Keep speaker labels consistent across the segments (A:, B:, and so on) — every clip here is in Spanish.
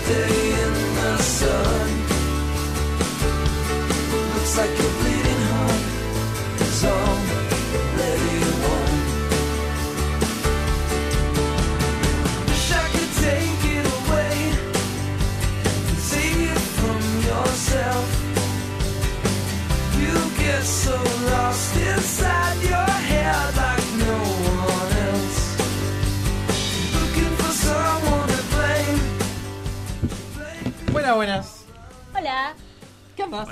A: este
B: day in the sun. Looks like you're bleeding home. Is all that you want. Wish I could take it away and see it from yourself. You get so lost inside your head like no one else. Looking for someone to blame.
C: Buenas, buenas.
D: Hola. ¿Qué más?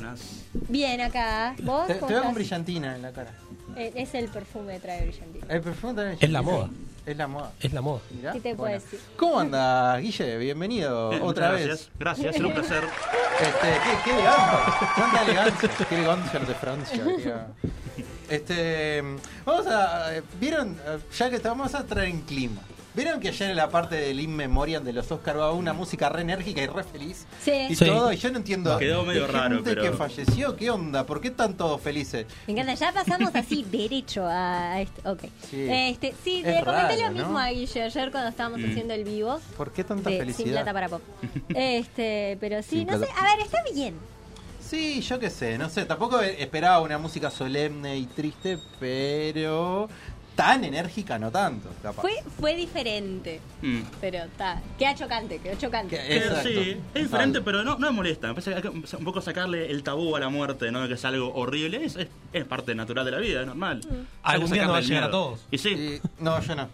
D: Bien acá. ¿Vos?
C: Te, te
D: cómo
C: veo con
D: estás?
C: brillantina en la cara.
D: Eh, es el perfume que trae brillantina.
C: El perfume también
E: Es la moda.
C: Es la moda.
E: Es la moda.
C: Mirá,
D: ¿Qué te puedo decir?
C: ¿Cómo andas, Guille? Bienvenido
F: Bien,
C: otra vez.
F: muchas Gracias, gracias, era un placer.
C: Este, qué, qué elegancia. Cuánta elegancia. Qué elegancia de Francia, tío. Este, vamos a. eh, Vieron, Eh, ya que estamos a traer en clima. Vieron que ayer en la parte del In Memoriam de los Oscar va una música re enérgica y re feliz.
D: Sí.
C: Y
E: Sí.
C: todo, y yo no entiendo.
F: Quedó medio
C: de gente
F: raro, pero-
C: que falleció, ¿qué onda? ¿Por qué están todos felices?
D: Me encanta, ya pasamos así derecho a a esto. Ok.
C: Sí.
D: Este, sí,
C: Es
D: le comenté
C: raro,
D: lo mismo
C: ¿no?
D: a Guille ayer cuando estábamos haciendo el vivo.
C: ¿Por qué tanta
D: De Sin
C: felicidad?
D: plata para pop. Este, pero sí,
C: Sin
D: no sé.
C: plata.
D: A ver, está bien.
C: Sí, yo qué sé, no sé, tampoco e-, esperaba una música solemne y triste, pero tan enérgica no tanto, capaz.
D: Fue, fue diferente.
F: Mm.
D: Pero está. Queda chocante, queda chocante.
C: Que-
F: Eh,
C: Exacto.
F: Sí, es diferente,
C: Vale.
F: pero no, no me molesta. Me parece que hay que un poco sacarle el tabú a la muerte, ¿no? Que es algo horrible. Es, es, es parte natural de la vida, es normal. Hay que
E: Algún día nos va a
F: sacarle el
E: llegar a
F: miedo.
E: todos. Eh,
F: Y sí.
C: Y- no, yo no.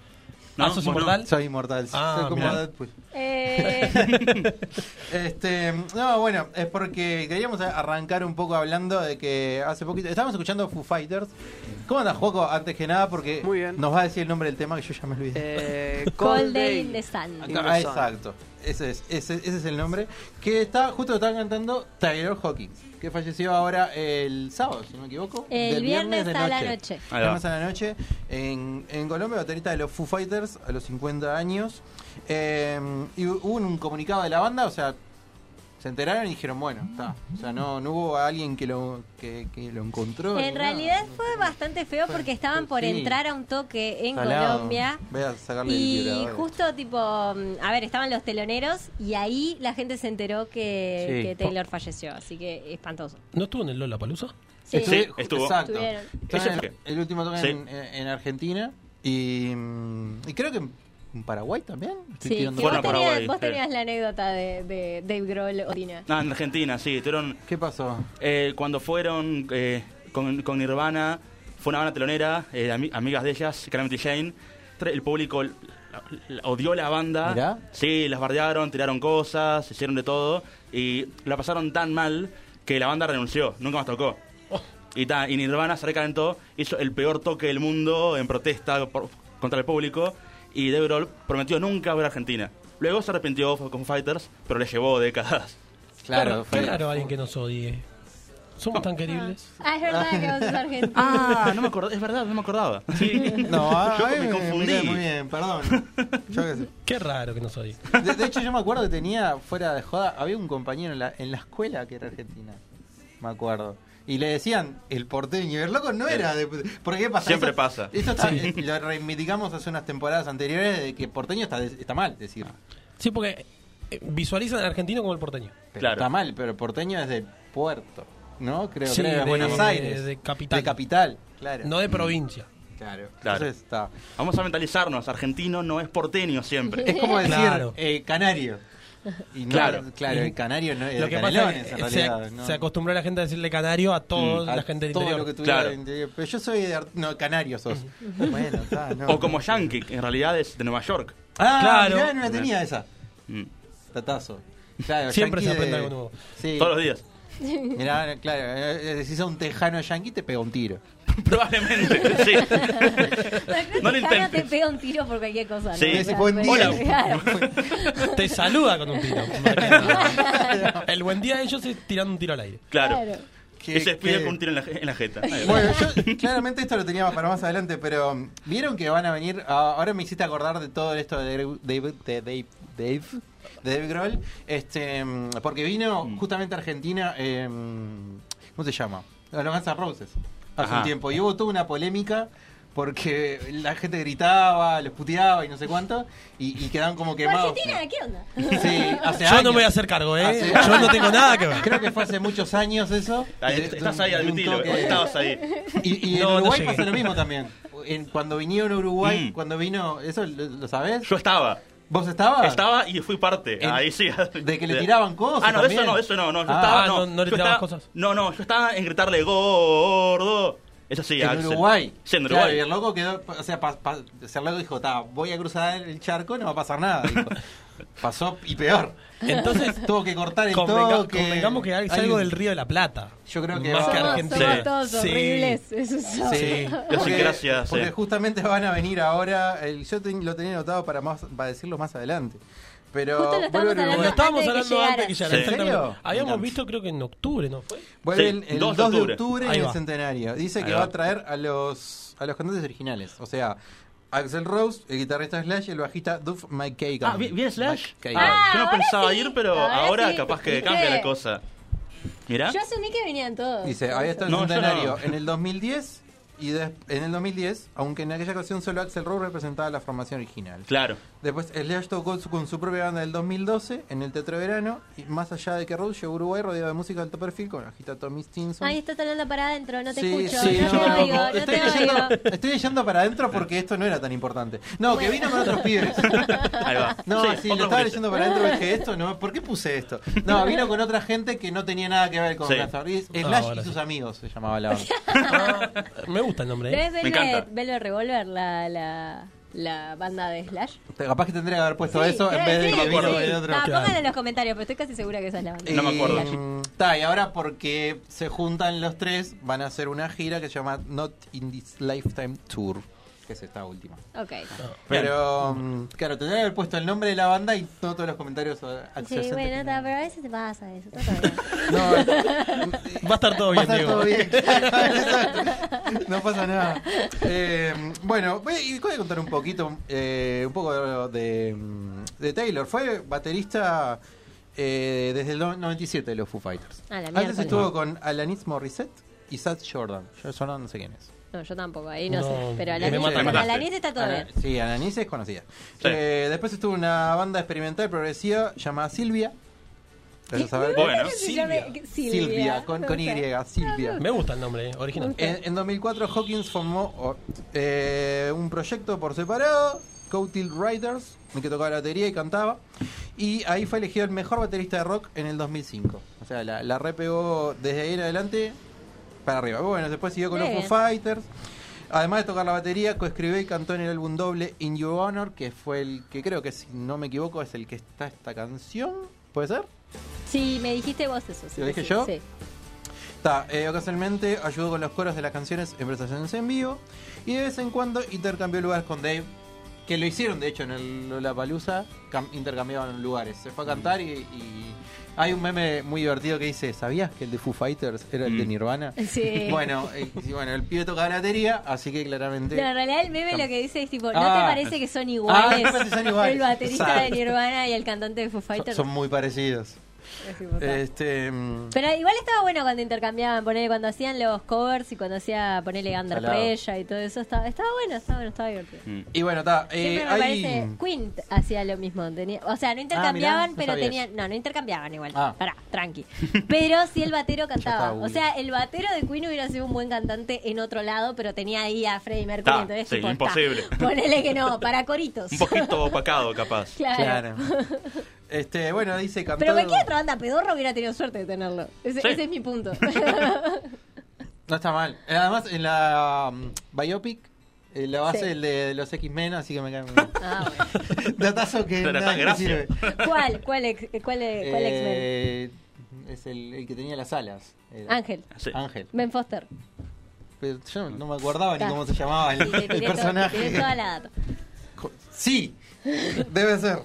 F: ¿no?
E: Ah, ¿sos
F: Vos no.
E: inmortal?
C: Soy inmortal.
E: Ah,
C: soy como
E: mirá.
C: Deadpool.
D: Eh,
C: Este, no, bueno, es porque queríamos a- arrancar un poco hablando de que hace poquito estábamos escuchando Foo Fighters. ¿Cómo andas, Juaco? Antes que nada, porque
G: Muy bien.
C: nos va a decir el nombre del tema que yo ya me olvidé.
G: Eh,
D: Cold Day in the Sun.
G: in the
C: Ah,
G: Sun.
C: exacto. Ese es, ese, ese es el nombre. Que está, justo lo están cantando Taylor Hawkins, que falleció ahora el sábado, si no me equivoco.
D: El viernes a la noche.
F: Ahí va.
C: Viernes a la noche. En, en Colombia, baterista de los Foo Fighters a los 50 años. Eh, y hubo un comunicado de la banda, o sea, se enteraron y dijeron, bueno, está. O sea, no, no hubo alguien que lo, que, que lo encontró. ni
D: en
C: nada.
D: realidad fue bastante feo porque estaban por
C: Sí.
D: entrar a un toque en
C: Salado.
D: Colombia.
C: Voy a sacarle el
D: Y
C: vibrador.
D: justo tipo, mm, a ver, estaban los teloneros y ahí la gente se enteró que,
C: Sí.
D: que Taylor falleció, así que espantoso.
E: ¿No estuvo en el Lola Palusa?
D: Sí.
F: Sí. estuvo.
C: Exacto.
D: Estuvieron.
C: Estaban
F: Ese
C: en-
F: fue.
C: el último toque
F: Sí.
C: en, en Argentina y, mm, y creo que en Paraguay también. Estoy
D: Sí, que
C: tirando-
D: vos,
F: Fueron a
D: tenías,
F: Paraguay,
D: vos
F: sí.
D: tenías la anécdota de, de Dave Grohl o Dina.
F: Ah, en Argentina, sí. Tuvieron,
C: ¿Qué pasó?
F: eh, cuando fueron eh, con, con Nirvana, fue una banda telonera, eh, ami- amigas de ellas, Calamity Jane. Tre- El público l- la- odió la banda.
C: Mirá.
F: Sí, las bardearon, tiraron cosas, hicieron de todo. Y la pasaron tan mal que la banda renunció, nunca más tocó. Y, ta, y Nirvana se recalentó, hizo el peor toque del mundo en protesta por- contra el público. Y Dave Grohl prometió nunca ver a Argentina. Luego se arrepintió fue con Fighters, pero le llevó décadas.
E: Qué
C: fue-
E: raro alguien que nos odie. Somos tan queribles.
D: Ah, es verdad que vos sos argentino.
F: Ah, no me acordaba, es verdad, no me acordaba.
C: No, a,
F: Yo
C: a mí
F: me confundí.
C: quedé muy bien, perdón. Yo qué sé.
E: Qué raro que nos odie.
C: De, de hecho, yo me acuerdo que tenía, fuera de joda, había un compañero en la, en la escuela que era argentina. Me acuerdo. Y le decían el porteño. y El loco no era. De, ¿Por qué pasa?
F: Siempre
C: Eso-
F: pasa.
C: Esto está- eh, lo reivindicamos hace unas temporadas anteriores de que porteño está, de- está mal decir.
E: Sí, porque eh, visualizan al argentino como el porteño.
C: Pero
F: Claro.
C: Está mal, pero porteño es de puerto, ¿no? Creo
E: Sí,
C: que es
E: de-
C: Buenos
E: de-
C: Aires.
E: de capital.
C: De capital, claro.
E: No de provincia.
C: Claro.
F: Claro.
C: Entonces está.
F: Vamos a mentalizarnos, argentino no es porteño siempre.
C: Es como decir
E: Claro.
C: eh, canario. Y no-
F: Claro.
C: Claro, el canario no es
E: Lo
C: de
E: que pasa
C: Canelones,
E: es
C: en
E: que se,
C: realidad. ¿no? Mm,
E: se acostumbró a la gente a decirle canario a toda
C: A
E: la gente del
C: todo
E: interior.
C: lo que tuviera
F: Claro.
C: del interior. Pero yo soy de... Ar- No, canario sos. bueno, está, no.
F: O como yankee, que en realidad es de Nueva York.
C: Ah,
E: Claro.
C: mirá, no la tenía esa.
F: Mm.
C: Tatazo. Claro,
E: Siempre se
C: yanqui
E: aprende
C: de-
E: algo nuevo.
C: Sí.
F: Todos los días.
C: Mirá, claro, eh, eh, si sos un tejano yanqui te pega un tiro.
F: Probablemente, sí.
D: no
F: No
D: lo
F: lo
D: te
F: intentes.
D: pega un tiro por cualquier cosa. ¿no?
F: Sí.
D: O
F: Ese
D: sea,
C: buen
D: me-
C: día.
D: claro.
E: Te saluda con un tiro. más que nada. el buen día de ellos es tirando un tiro al aire.
F: Claro.
C: Qué-
F: Y se despide
C: qué-
F: con un tiro en la, je- en la jeta. Ahí va.
C: Bueno, yo claramente esto lo tenía para más adelante, pero um, vieron que van a venir. a- ahora me hiciste acordar de todo esto de Dave, Dave, de Dave, Dave, de Dave Grohl, este, um, porque vino
F: Mm.
C: justamente a Argentina, eh, ¿cómo se llama? Los Guns N' Roses hace
F: Ajá.
C: un tiempo y hubo toda una polémica porque la gente gritaba, los puteaba y no sé cuánto, y, y quedaban como
D: ¿Por
C: quemados.
D: Argentina? ¿Qué onda?
C: Sí, hace
E: Yo
C: años.
E: no me voy a hacer cargo, ¿eh?
C: Hace-
E: Yo no tengo nada que ver.
C: Creo que fue hace muchos años eso.
F: Ahí,
C: De- de
F: estás
C: un-
F: ahí,
C: de un
F: admitilo.
C: toque.
F: hoy Estabas ahí.
C: Y, y en
E: No, no
C: Uruguay
E: llegué.
C: pasa lo mismo también. En- cuando vinieron a Uruguay,
F: Mm.
C: cuando vino, ¿eso lo, lo sabés?
F: Yo estaba.
C: ¿Vos estabas?
F: Estaba y fui parte.
C: En-
F: Ahí sí.
C: de que le tiraban cosas
F: Ah, no,
C: también.
F: eso no, eso no. no. Yo
C: Ah.
F: estaba,
E: Ah,
F: no,
E: no- no le
F: yo
E: tirabas
F: estaba-
E: cosas.
F: No, no, yo estaba en gritarle gordo. Eso ah, sí,
C: En
F: Axel.
C: Uruguay.
F: Sí, en
C: Claro,
F: Uruguay. Ah,
C: y el loco quedó, o sea, pa- pa- o sea, el loco dijo, "Ta, voy a cruzar el charco, no va a pasar nada. dijo. Pasó y peor.
E: Entonces,
C: Tuvo que cortar el
E: convenga-
C: toque.
E: convengamos que es
C: Hay
E: algo
C: un-
E: del Río de la Plata.
C: Yo creo que
E: Más
C: va-
E: que
C: Somos-
D: Somos,
E: Argentina.
D: somos todos
E: Sí.
D: horribles. Eso somos.
C: Sí,
F: Yo sí, gracias,
C: porque
F: sí.
C: justamente van a venir ahora. el- yo ten- lo tenía anotado para más para decirlo más adelante. Pero
D: Justo lo estábamos
C: vuelve el-
D: Hablando
E: Lo estábamos
D: antes de que
E: hablando antes que
D: llegara.
E: llegara.
F: Sí. ¿En
C: serio?
E: Exactamente. Habíamos
C: Mirá.
E: visto, creo que en octubre, ¿no fue?
C: Vuelve
F: Sí,
C: el, el 2
F: 2 de
C: de
F: octubre.
C: octubre,
E: Ahí
C: en el
E: va.
C: centenario. Dice
F: Ahí
C: que
F: va.
C: va. a traer a los a los cantantes originales. O sea, Axel Rose, el guitarrista Slash y el bajista Duff McKagan.
F: Ah, ¿vi- ¿viene Slash?
C: Mike Kagan.
F: Ah, yo no
D: ahora
F: pensaba
D: sí.
F: ir, pero ahora,
D: Ahora sí.
F: capaz que
D: ¿Viste?
F: cambia la cosa. Mirá.
D: Yo asumí que venían todos.
C: Dice, ahí está el
F: No, yo
C: centenario.
F: no.
C: En el 2010 y des- en el 2010, aunque en aquella ocasión solo Axel Rose representaba la formación original.
F: Claro.
C: Después Slash tocó su- con su propia banda del 2012 en el Tetraverano y más allá de que Rose llegó a Uruguay rodeado de música de alto perfil con la bajista Tommy Stinson.
D: Ay, está talando para adentro, no te
C: Sí,
D: escucho,
C: sí,
D: no,
C: yo
D: te
C: tampoco.
D: oigo, no
C: estoy,
D: te
C: leyendo,
D: oigo.
C: estoy leyendo para adentro porque esto no era tan importante. No, que vino con otros pibes.
F: Ahí va.
C: No, sí, lo
F: otro
C: estaba
F: Ulises.
C: leyendo para adentro dije esto, no, ¿por qué puse esto? No, vino con otra gente que no tenía nada que ver con
F: Sí.
C: Guns N' Roses.
E: Ah,
C: Slash
E: ahora
C: y
E: sí.
C: sus amigos se llamaba la banda.
E: Ah, me gusta el nombre. ¿eh?
D: ¿Ves
F: encanta.
D: Velvet, Velvet Revolver, la, la, la banda de Slash?
C: Capaz que tendría que haber puesto eso en
D: creo
C: vez de
D: sí.
C: que vino
F: acuerdo.
C: con el otro.
D: Ah,
E: Claro.
D: pónganlo en los comentarios, pero estoy casi segura que esa es la banda.
F: No me acuerdo.
C: Eh, Está, y ahora porque se juntan los tres, van a hacer una gira que se llama Not in This Lifetime Tour, que es esta última.
D: Ok.
C: Pero, mm, claro, tendría que haber puesto el nombre de la banda y no todos los comentarios eh,
D: Sí,
C: adyacentes
D: bueno,
C: que
D: está,
C: tienen.
D: pero a veces te pasa eso. está todo bien.
C: No,
E: Va a estar todo
C: va a
E: bien,
C: estar
E: Diego.
C: todo bien. Exacto. no pasa nada. Eh, bueno, voy, y voy a contar un poquito, eh, un poco de, de Taylor. Fue baterista eh, desde el no- 97 de los Foo Fighters.
D: Ah, la
C: Antes
D: miércoles.
C: estuvo con Alanis Morissette y Seth Jordan. Yo Jordan no sé quién es.
D: No, yo tampoco, ahí no,
E: No,
D: sé. Pero a la
E: me
D: niña-
F: mataste.
D: a la niña está todo
C: Ana-
D: bien.
C: Ah, sí, Alanis es conocida.
F: Sí.
C: Eh, después estuvo una banda experimental progresiva llamada Silvia. Gracias a ver.
F: Bueno,
D: Sí, yo me-
E: Silvia.
C: Silvia, con, con Y,
D: me gusta.
C: Silvia.
E: Me gusta el nombre, ¿eh? original.
C: En, en 2004 Hawkins formó oh, eh, un proyecto por separado, Coatil Riders, en el que tocaba la batería y cantaba. Y ahí fue elegido el mejor baterista de rock en el 2005. O sea, la, la repegó desde ahí en adelante para arriba. Bueno, después siguió con los
D: Muy
C: Foo Fighters. Además de tocar la batería, coescribió y cantó en el álbum doble In Your Honor, que fue el que creo que, si no me equivoco, es el que está esta canción. ¿Puede ser?
D: Sí, me dijiste vos eso. sí,
C: ¿Lo dije
D: sí,
C: yo?
D: Sí.
C: Está, eh, ocasionalmente ayudó con los coros de las canciones en prestaciones en vivo y de vez en cuando intercambió lugares con Dave, que lo hicieron de hecho en el Lollapalooza, cam- intercambiaban lugares. Se fue a cantar y, y hay un meme muy divertido que dice, ¿sabías que el de Foo Fighters era el de
F: Mm.
C: Nirvana?
D: Sí.
C: Bueno, eh, sí, bueno, el pibe tocaba la batería, así que claramente...
D: No, en realidad el meme lo que dice es tipo, ¿no
C: Ah.
D: te parece que son iguales?
C: Ah, no, son iguales.
D: El baterista
C: Exacto.
D: de Nirvana y el cantante de Foo Fighters.
C: son muy parecidos.
D: Es tipo, ta.
C: Este, mm,
D: Pero igual estaba bueno cuando intercambiaban, ponele, cuando hacían los covers y cuando hacía, ponele, Under
C: Salado.
D: Pressure y todo eso. Estaba, estaba bueno, estaba bueno, estaba divertido.
F: Mm.
C: y bueno, está...
D: Siempre
C: eh,
D: me
C: hay-
D: parece, Queen hacía lo mismo. Tenía, o sea, no
C: Ah, mirá,
D: intercambiaban,
C: no
D: pero
C: sabía
D: tenían. No, no intercambiaban igual.
C: Ah.
D: Pará, tranqui. Pero sí el batero
C: estaba
D: cantaba. O
C: Google.
D: sea, el batero de Queen hubiera sido un buen cantante en otro lado, pero tenía ahí a Freddie Mercury.
F: Ta,
D: entonces,
F: sí,
D: tipo, ta,
F: imposible.
D: Ponele que no, para coritos.
F: Un poquito opacado, capaz.
D: claro.
C: Claro. Este, bueno, dice cantó...
D: Pero cualquier otra banda pedorro hubiera tenido suerte de tenerlo. Ese,
F: Sí.
D: ese es mi punto.
C: No está mal. Eh, Además, en la mm, biopic, eh, la base
D: Sí.
C: el de los X-Men, así que me cae muy bien.
D: ah, bueno.
C: Datazo que
F: Pero
C: nada
F: está-
C: que
F: gracias.
C: sirve.
D: ¿Cuál? ¿Cuál, ex- cuál, eh, cuál X-Men?
C: Eh, es el, el que tenía las alas. era.
D: Ángel.
F: Sí.
C: Ángel.
D: Ben Foster.
C: Pero yo no me acordaba ni
D: Ta.
C: cómo se llamaba el,
D: Sí, te
C: el
D: tiré todo-
C: personaje.
D: te tiré toda la data.
C: Jo- Sí, debe ser.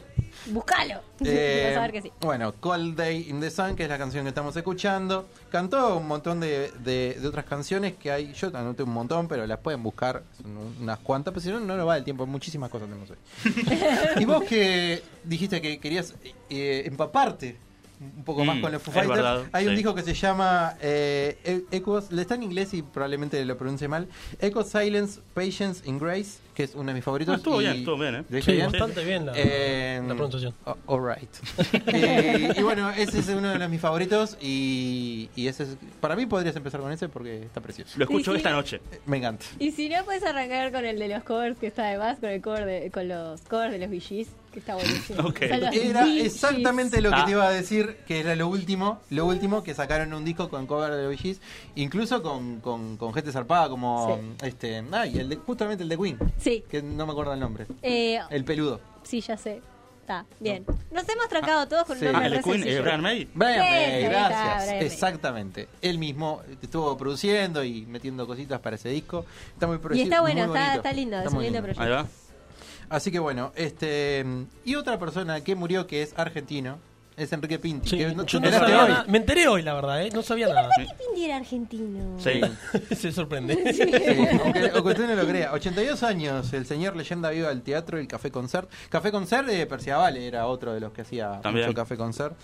D: Búscalo.
C: Eh,
D: Vas a ver que sí.
C: Bueno, Cold Day in the Sun, que es la canción que estamos escuchando. Cantó un montón de, de- de otras canciones que hay. Yo anoté un montón, pero las pueden buscar. Son un- unas cuantas, pero si no, no nos va el tiempo. Muchísimas cosas tenemos hoy. y vos que dijiste que querías eh, empaparte un poco más
F: Mm,
C: con los Foo
F: es
C: Fighters.
F: verdad,
C: Hay un
F: sí.
C: disco que se llama eh, E- Echoes, le está en inglés y probablemente lo pronuncie mal. Echoes, Silence, Patience and Grace, que es uno de mis favoritos.
F: Ah, estuvo
C: y-
F: bien, estuvo bien, ¿eh?
C: ¿Lo dije
E: Sí,
C: bien?
E: bastante bien la,
C: Eh,
E: la pronunciación.
C: o- All right. Eh, y bueno, ese es uno de los mis favoritos y, y ese es, para mí podrías empezar con ese porque está precioso.
F: Lo escucho
D: Sí, sí.
F: esta noche.
C: Eh, Me encanta.
D: Y si no, puedes arrancar con el de los covers que está de más, con, el cover de, con los covers de los VGs, que está buenísimo.
F: Ok.
D: O sea, los
C: Era
D: VGs.
C: exactamente lo que
F: Ah.
C: te iba a decir, que era lo último, lo último que sacaron un disco con cover de los VGs, incluso con, con, con gente zarpada como este, ay, el de- justamente el de Queen,
D: Sí.
C: que no me acuerdo el nombre,
D: Eh,
C: el peludo.
D: sí, ya sé. Está, bien. Nos hemos trancado todos con
C: sí.
D: un
F: Ah,
D: nombre
F: el
D: re
F: de Queen,
D: sencillo.
F: eh, Brian May.
C: Brian
D: Sí,
C: May,
D: ahí está,
C: gracias.
D: Brian May.
C: Exactamente. Él mismo estuvo produciendo y metiendo cositas para ese disco. Está muy
D: Y
C: producido.
D: está
C: muy
D: bueno, está,
C: bonito.
D: está lindo, es
C: muy
D: un lindo
C: lindo.
D: proyecto.
F: Ahí va.
C: Así que bueno, este y otra persona que murió que es argentino es Enrique Pinti.
E: Sí,
C: que no-
E: yo
C: te
E: no
C: enteraste
E: sabía
C: hoy.
E: nada. Me enteré hoy, la verdad, ¿eh? No sabía nada.
D: ¿Qué Pinti era argentino?
F: Sí.
E: Se sorprende.
C: Sí, aunque, aunque usted no lo crea. 82 años, el señor leyenda viva del teatro y el Café Concert. Café Concert de Perciabal era otro de los que hacía
F: También.
C: mucho Café Concert.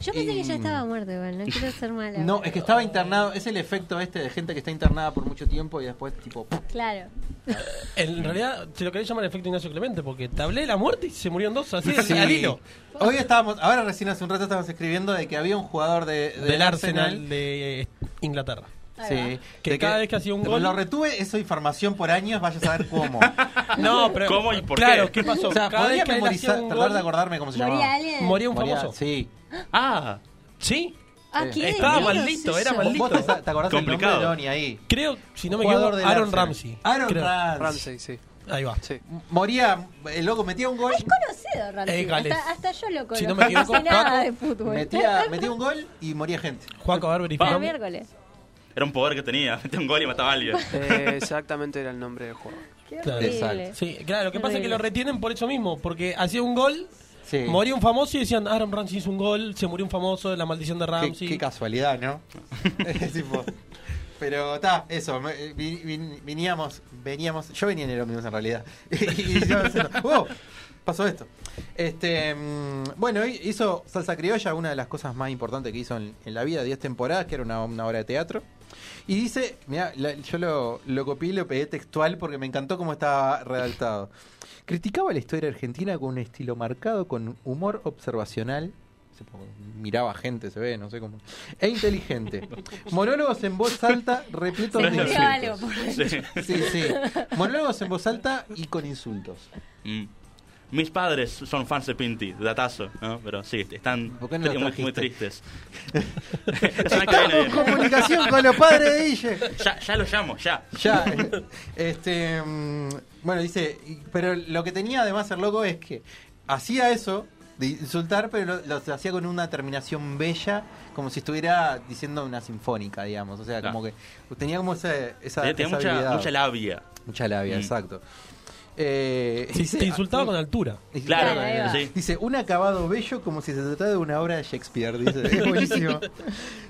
D: Yo pensé que ya
C: Y-
D: estaba muerto igual, no quiero ser mala.
C: No,
D: pero-
C: es que estaba internado. Es el efecto este de gente que está internada por mucho tiempo y después, tipo, ¡pum!
D: Claro.
E: En realidad, se lo quería llamar efecto Ignacio Clemente, porque te hablé de la muerte y se murieron dos, así
C: Sí.
E: al hilo.
C: Hoy estábamos, ahora recién hace un rato estábamos escribiendo de que había un jugador de,
E: Del Arsenal de eh, Inglaterra.
C: sí,
E: Que
C: de
E: cada vez que hacía un gol-
C: Lo retuve eso información por años, vaya a saber cómo.
E: No, pero.
F: ¿Cómo y por
E: claro,
F: qué?
E: ¿qué pasó?
C: o sea,
E: Cada vez
C: podría
E: que él hacía
C: memorizar,
E: un
C: tratar de
E: gol,
C: acordarme cómo se
D: ¿Moría
C: llamaba.
D: alguien?
E: Moría un
C: Moría-
E: famoso.
C: Sí.
F: Ah,
E: ¿Sí?
D: Ah,
C: Sí.
D: ¿quién?
E: Estaba
D: ¿Quién
E: maldito,
D: es
E: era
D: eso?
E: maldito.
C: ¿Vos te, sa- te acordás del nombre
F: Complicado.
C: de Donny ahí?
E: Creo, si no me
C: Jugador
E: equivoco,
C: del
E: Aaron
C: Arsenal.
E: Ramsey.
C: Aaron
E: creo.
C: Ramsey.
G: Ramsey, sí.
E: Ahí va.
G: Sí.
C: Moría, el loco metía un gol,
D: Es conocido, Ramsey.
E: Eh, Gales.
D: hasta, hasta yo lo conozco.
E: Si no me equivoco,
D: sé nada
E: Paco
D: de fútbol.
C: metía, metía un gol y moría gente.
E: Juanco, a ver,
D: Para
E: verificamos.
D: miércoles.
F: era un poder que tenía. Metía un gol y mataba a alguien.
G: Eh, exactamente era el nombre del juego.
D: Qué
E: Claro.
D: horrible.
E: Sí, claro, lo que pasa es que
D: Horrible.
E: lo retienen por eso mismo, porque hacía un gol,
C: Sí.
E: moría un famoso y decían, Aaron Ramsey hizo un gol, se murió un famoso, la maldición de
C: Qué,
E: Ramsey.
C: qué casualidad, ¿no? Es tipo- Pero está, eso, me- eh, vi- vin- veníamos, veníamos, yo venía en el ómnibus en realidad. y yo diciendo, wow, pasó esto. Este, mm, bueno, hi- hizo Salsa Criolla, una de las cosas más importantes que hizo en, en la vida, 10 temporadas, que era una, una obra de teatro. Y dice, mira, yo lo, lo copié y lo pegué textual porque me encantó cómo estaba redactado. Criticaba la historia argentina con un estilo marcado, con humor observacional. se po- Miraba gente, se ve, no sé cómo. E inteligente. Monólogos en voz alta, repletos
D: Se
C: de
D: escribió
C: insultos.
D: algo por ahí.
F: Sí.
C: Sí, sí. Monólogos en voz alta y con insultos.
F: Mm. Mis padres son fans de Pinti, datazo, ¿no? Pero sí, están
C: ¿Por qué no lo
F: tri- muy, muy
C: trajiste?
F: tristes. La semana que
C: Estamos en
F: viene-
C: comunicación con los padres de Guille.
F: ya, ya lo llamo, ya.
C: Ya, eh, este. mm, Bueno, dice. y- Pero lo que tenía además el loco es que hacía eso, de insultar, pero lo, lo hacía con una terminación bella, como si estuviera diciendo una sinfónica, digamos. O sea, como que tenía como ese- esa.
F: Tenía- tenía
C: esa
F: mucha,
C: habilidad.
F: mucha labia.
C: Mucha labia,
F: Mm.
C: exacto. Eh,
E: Sí,
C: dice-
E: te insultaba con altura.
C: Dice-
F: Claro,
D: Claro, ahí va.
F: sí.
C: Dice, un acabado bello como si se tratara de una obra de Shakespeare, dice. Es buenísimo.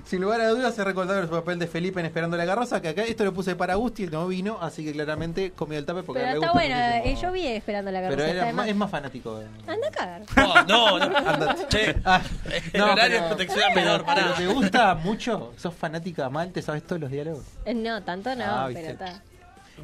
C: Sin lugar a dudas, se recordaba su papel de Felipe en Esperando la Carroza, que acá esto lo puse para Gusti, no vino, así que claramente comió el tape porque
D: Pero
C: le
D: está
C: gusta
D: bueno, eh,
C: muchísimo.
D: yo vi esperando la
C: Pero
D: carroza.
C: era
D: está de
C: más-
D: más.
C: es más fanático. de-
D: Anda a cagar.
E: Oh, no, no.
C: Andate.
E: Che,
C: Ah,
E: el horario de protección
C: pero-
E: menor, pará.
C: pero ¿Te gusta mucho? ¿Sos fanática mal? ¿Te sabes todos los diálogos?
D: Eh, No, tanto no,
C: Ah,
D: pero
C: viste. Ah,
D: está.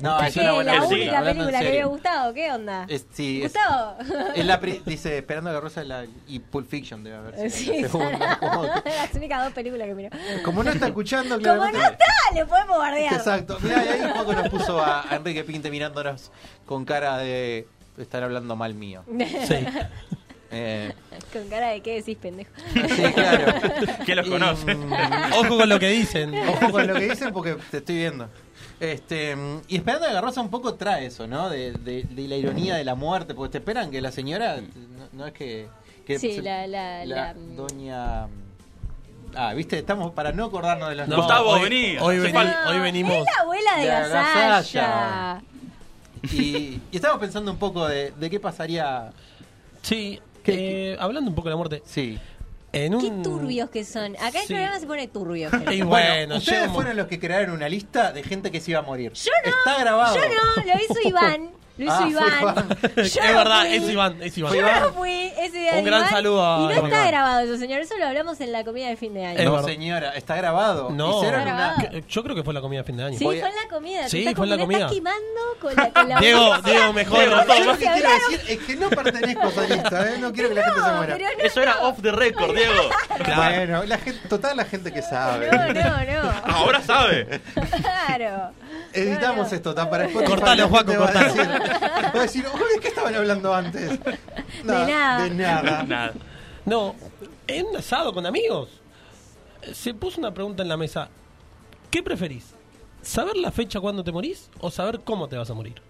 C: No,
D: Es que la
F: película, sí,
C: hablando
D: única
C: en
D: película que
C: serio.
D: había gustado, ¿qué onda?
C: Es- sí, es-
D: Gustavo.
C: es la pri- dice, Esperando la Carroza la- y Pulp Fiction debe haber. sido
D: Sí,
C: la
D: son
C: segunda. Como-
D: las únicas dos películas que miró.
C: Como no está escuchando,
D: Como
C: claramente.
D: no está, le podemos bardear.
C: Exacto. Mirá, y ahí un poco nos puso a a Enrique Pinte mirándonos con cara de estar hablando mal mío.
E: Sí.
C: Eh,
D: Con cara de qué decís, pendejo.
C: sí, claro.
F: ¿Quién los
C: Y,
F: conoce?
C: mm,
E: Ojo con lo que dicen.
C: ojo con lo que dicen porque te estoy viendo. Este, mm, y esperando la garrosa un poco trae eso, ¿no? De, de- de la ironía de la muerte, porque te esperan que la señora,
F: Mm.
C: no, no es que... que
D: Sí,
C: se-
D: la- la- la- mm.
C: Doña... Ah, viste, estamos para no acordarnos de los
E: No,
F: Gustavo,
E: hoy,
F: vení.
E: Hoy,
F: Hace
E: veni-
F: falta.
E: hoy
D: Es
E: venimos.
D: la abuela de
C: De
D: Gasalla.
C: Gasalla. Y, y estamos pensando un poco de, de qué pasaría...
E: Sí,
C: ¿Qué-
E: eh, hablando un poco de la muerte.
C: Sí.
E: En un...
D: Qué
C: Mm.
D: turbios que son. Acá
E: Sí.
D: el programa se pone turbio.
E: Y
D: pero-
E: bueno, llega
C: ustedes
E: un-
C: fueron los que crearon una lista de gente que se iba a morir.
D: Yo no.
C: Está grabado.
D: Yo no, lo hizo Iván. Lo hizo
C: Ah, fue
D: Iván. Yo
E: es
D: no
E: verdad,
D: fui.
E: es Iván, es Iván.
D: Yo no fui ese día de
E: Un gran
D: Iván,
E: saludo a Eh,
D: Y no está
E: Iván.
D: grabado eso, señor. Eso lo hablamos en la comida de fin de año.
E: Es
C: No,
E: verdad.
C: señora, está grabado.
E: No,
C: Hicieron
D: Está
C: una-
D: grabado.
E: que- yo creo que fue la comida de fin de año.
D: Sí,
G: Voy a-
D: fue en la comida. te
E: Sí,
D: estás
E: fue en la
D: como- te Estás
E: comida.
D: quimando con la, con la
E: Diego,
D: bolsa.
E: Diego, mejor.
F: Diego,
C: Yo
E: no.
C: lo que quiero decir es que no pertenezco a esa lista, ¿eh? No quiero que la gente se
D: No,
C: muera.
D: pero no,
F: Eso era off the record, Diego.
E: Claro.
C: Bueno, la gente, total la gente que sabe.
D: No, no, no.
F: Ahora sabe.
D: Claro.
C: Editamos
D: no.
C: esto, tan para Spotify.
E: Cortalo,
C: la gente
E: Juaco,
C: va a
E: cortalo.
C: decir- Va a decir, uy, ¿de qué estaban hablando antes?
D: nada.
C: De nada.
F: Nada.
E: No, en un asado con amigos. Se puso una pregunta en la mesa. ¿Qué preferís? ¿Saber la fecha cuando te morís o saber cómo te vas a morir?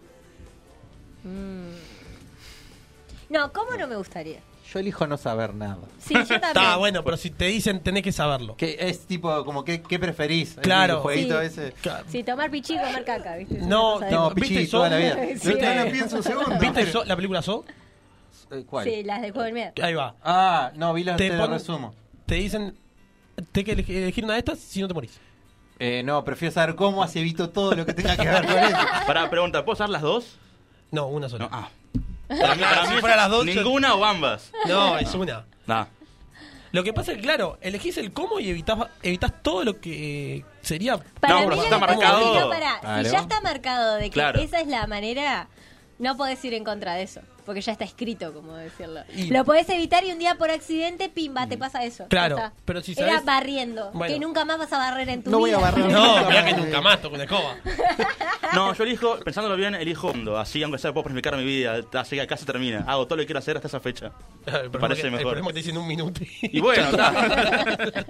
D: No, ¿cómo no me gustaría?
C: Yo elijo no saber nada.
D: Sí, yo también.
E: Está Ah, bueno, pero si te dicen tenés que saberlo.
C: Que es tipo, como, ¿qué, qué preferís? El
E: Claro.
C: jueguito
D: Sí.
C: ese.
E: Ca-
D: Sí, tomar pichí y comer caca, ¿viste?
E: No,
D: Esas
C: No,
D: cosas
E: ¿Viste
C: pichí,
E: eso?
C: toda la vida.
D: Sí.
C: No, no lo pienso un segundo.
E: ¿Viste So- la película So?
C: Eh,
D: de-
C: ¿Cuál?
D: Sí, las del juego del miedo.
E: Ahí va.
C: Ah, no, vi los te,
E: Te
C: lo
E: ponen-
C: resumo.
E: Te dicen tenés que elegir- elegir una de estas si no te morís.
C: Eh, no, prefiero saber cómo, así evito todo lo que tenga que ver con eso.
F: Para pregunta, ¿puedo usar las dos?
E: No, una sola.
F: No,
E: No,
F: ah. Para mí, para
E: Si
F: mí
E: fuera las dos, yo-
F: ninguna o ambas.
E: ah. es una.
F: Nah.
E: Lo que pasa es que, claro, elegís el cómo y evitás, evitás todo lo que eh, sería.
D: Para
F: No,
D: mí
F: pero
D: lo
F: está
D: que pasa es que
F: marcado.
D: no, pará,
C: Claro.
D: Si ya está marcado de que
F: Claro.
D: esa es la manera, no podés ir en contra de eso. Porque ya está escrito, como decirlo.
E: Y-
D: Lo podés evitar y un día por accidente, pimba,
C: Mm.
D: te pasa eso. Ya
E: Claro,
D: está.
E: pero si
D: Era
E: sabés-
D: barriendo.
E: Bueno.
D: Que nunca más vas a barrer en tu
C: No voy
D: vida.
C: a barrer.
E: No, mirá que nunca más toco una escoba.
F: No, yo elijo, pensándolo bien, elijo hondo. Así, aunque sea, puedo planificar mi vida. Así que acá se termina. Hago todo lo que quiero hacer hasta esa fecha.
E: El problema
F: Parece
E: que- El
F: mejor.
E: problema que te dicen un minuto.
F: Y bueno, está.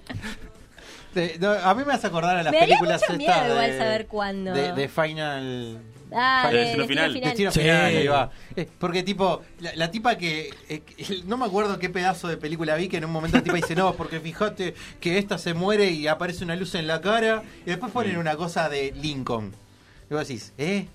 C: Te- no, a mí me hace acordar a las
D: Me daría
C: películas
D: mucho
C: estas
D: miedo
C: de,
D: igual saber cuándo.
C: de, de Final.
D: Ah,
F: Para
D: de,
F: el destino
D: destino
F: final.
D: final.
C: Destino
E: Sí.
C: final, ahí va. Eh, porque tipo, la, la tipa que, eh, que- No me acuerdo qué pedazo de película vi que en un momento la tipa dice, no, porque fíjate que esta se muere y aparece una luz en la cara. Y después ponen una cosa de Lincoln. Y vos decís, ¿eh?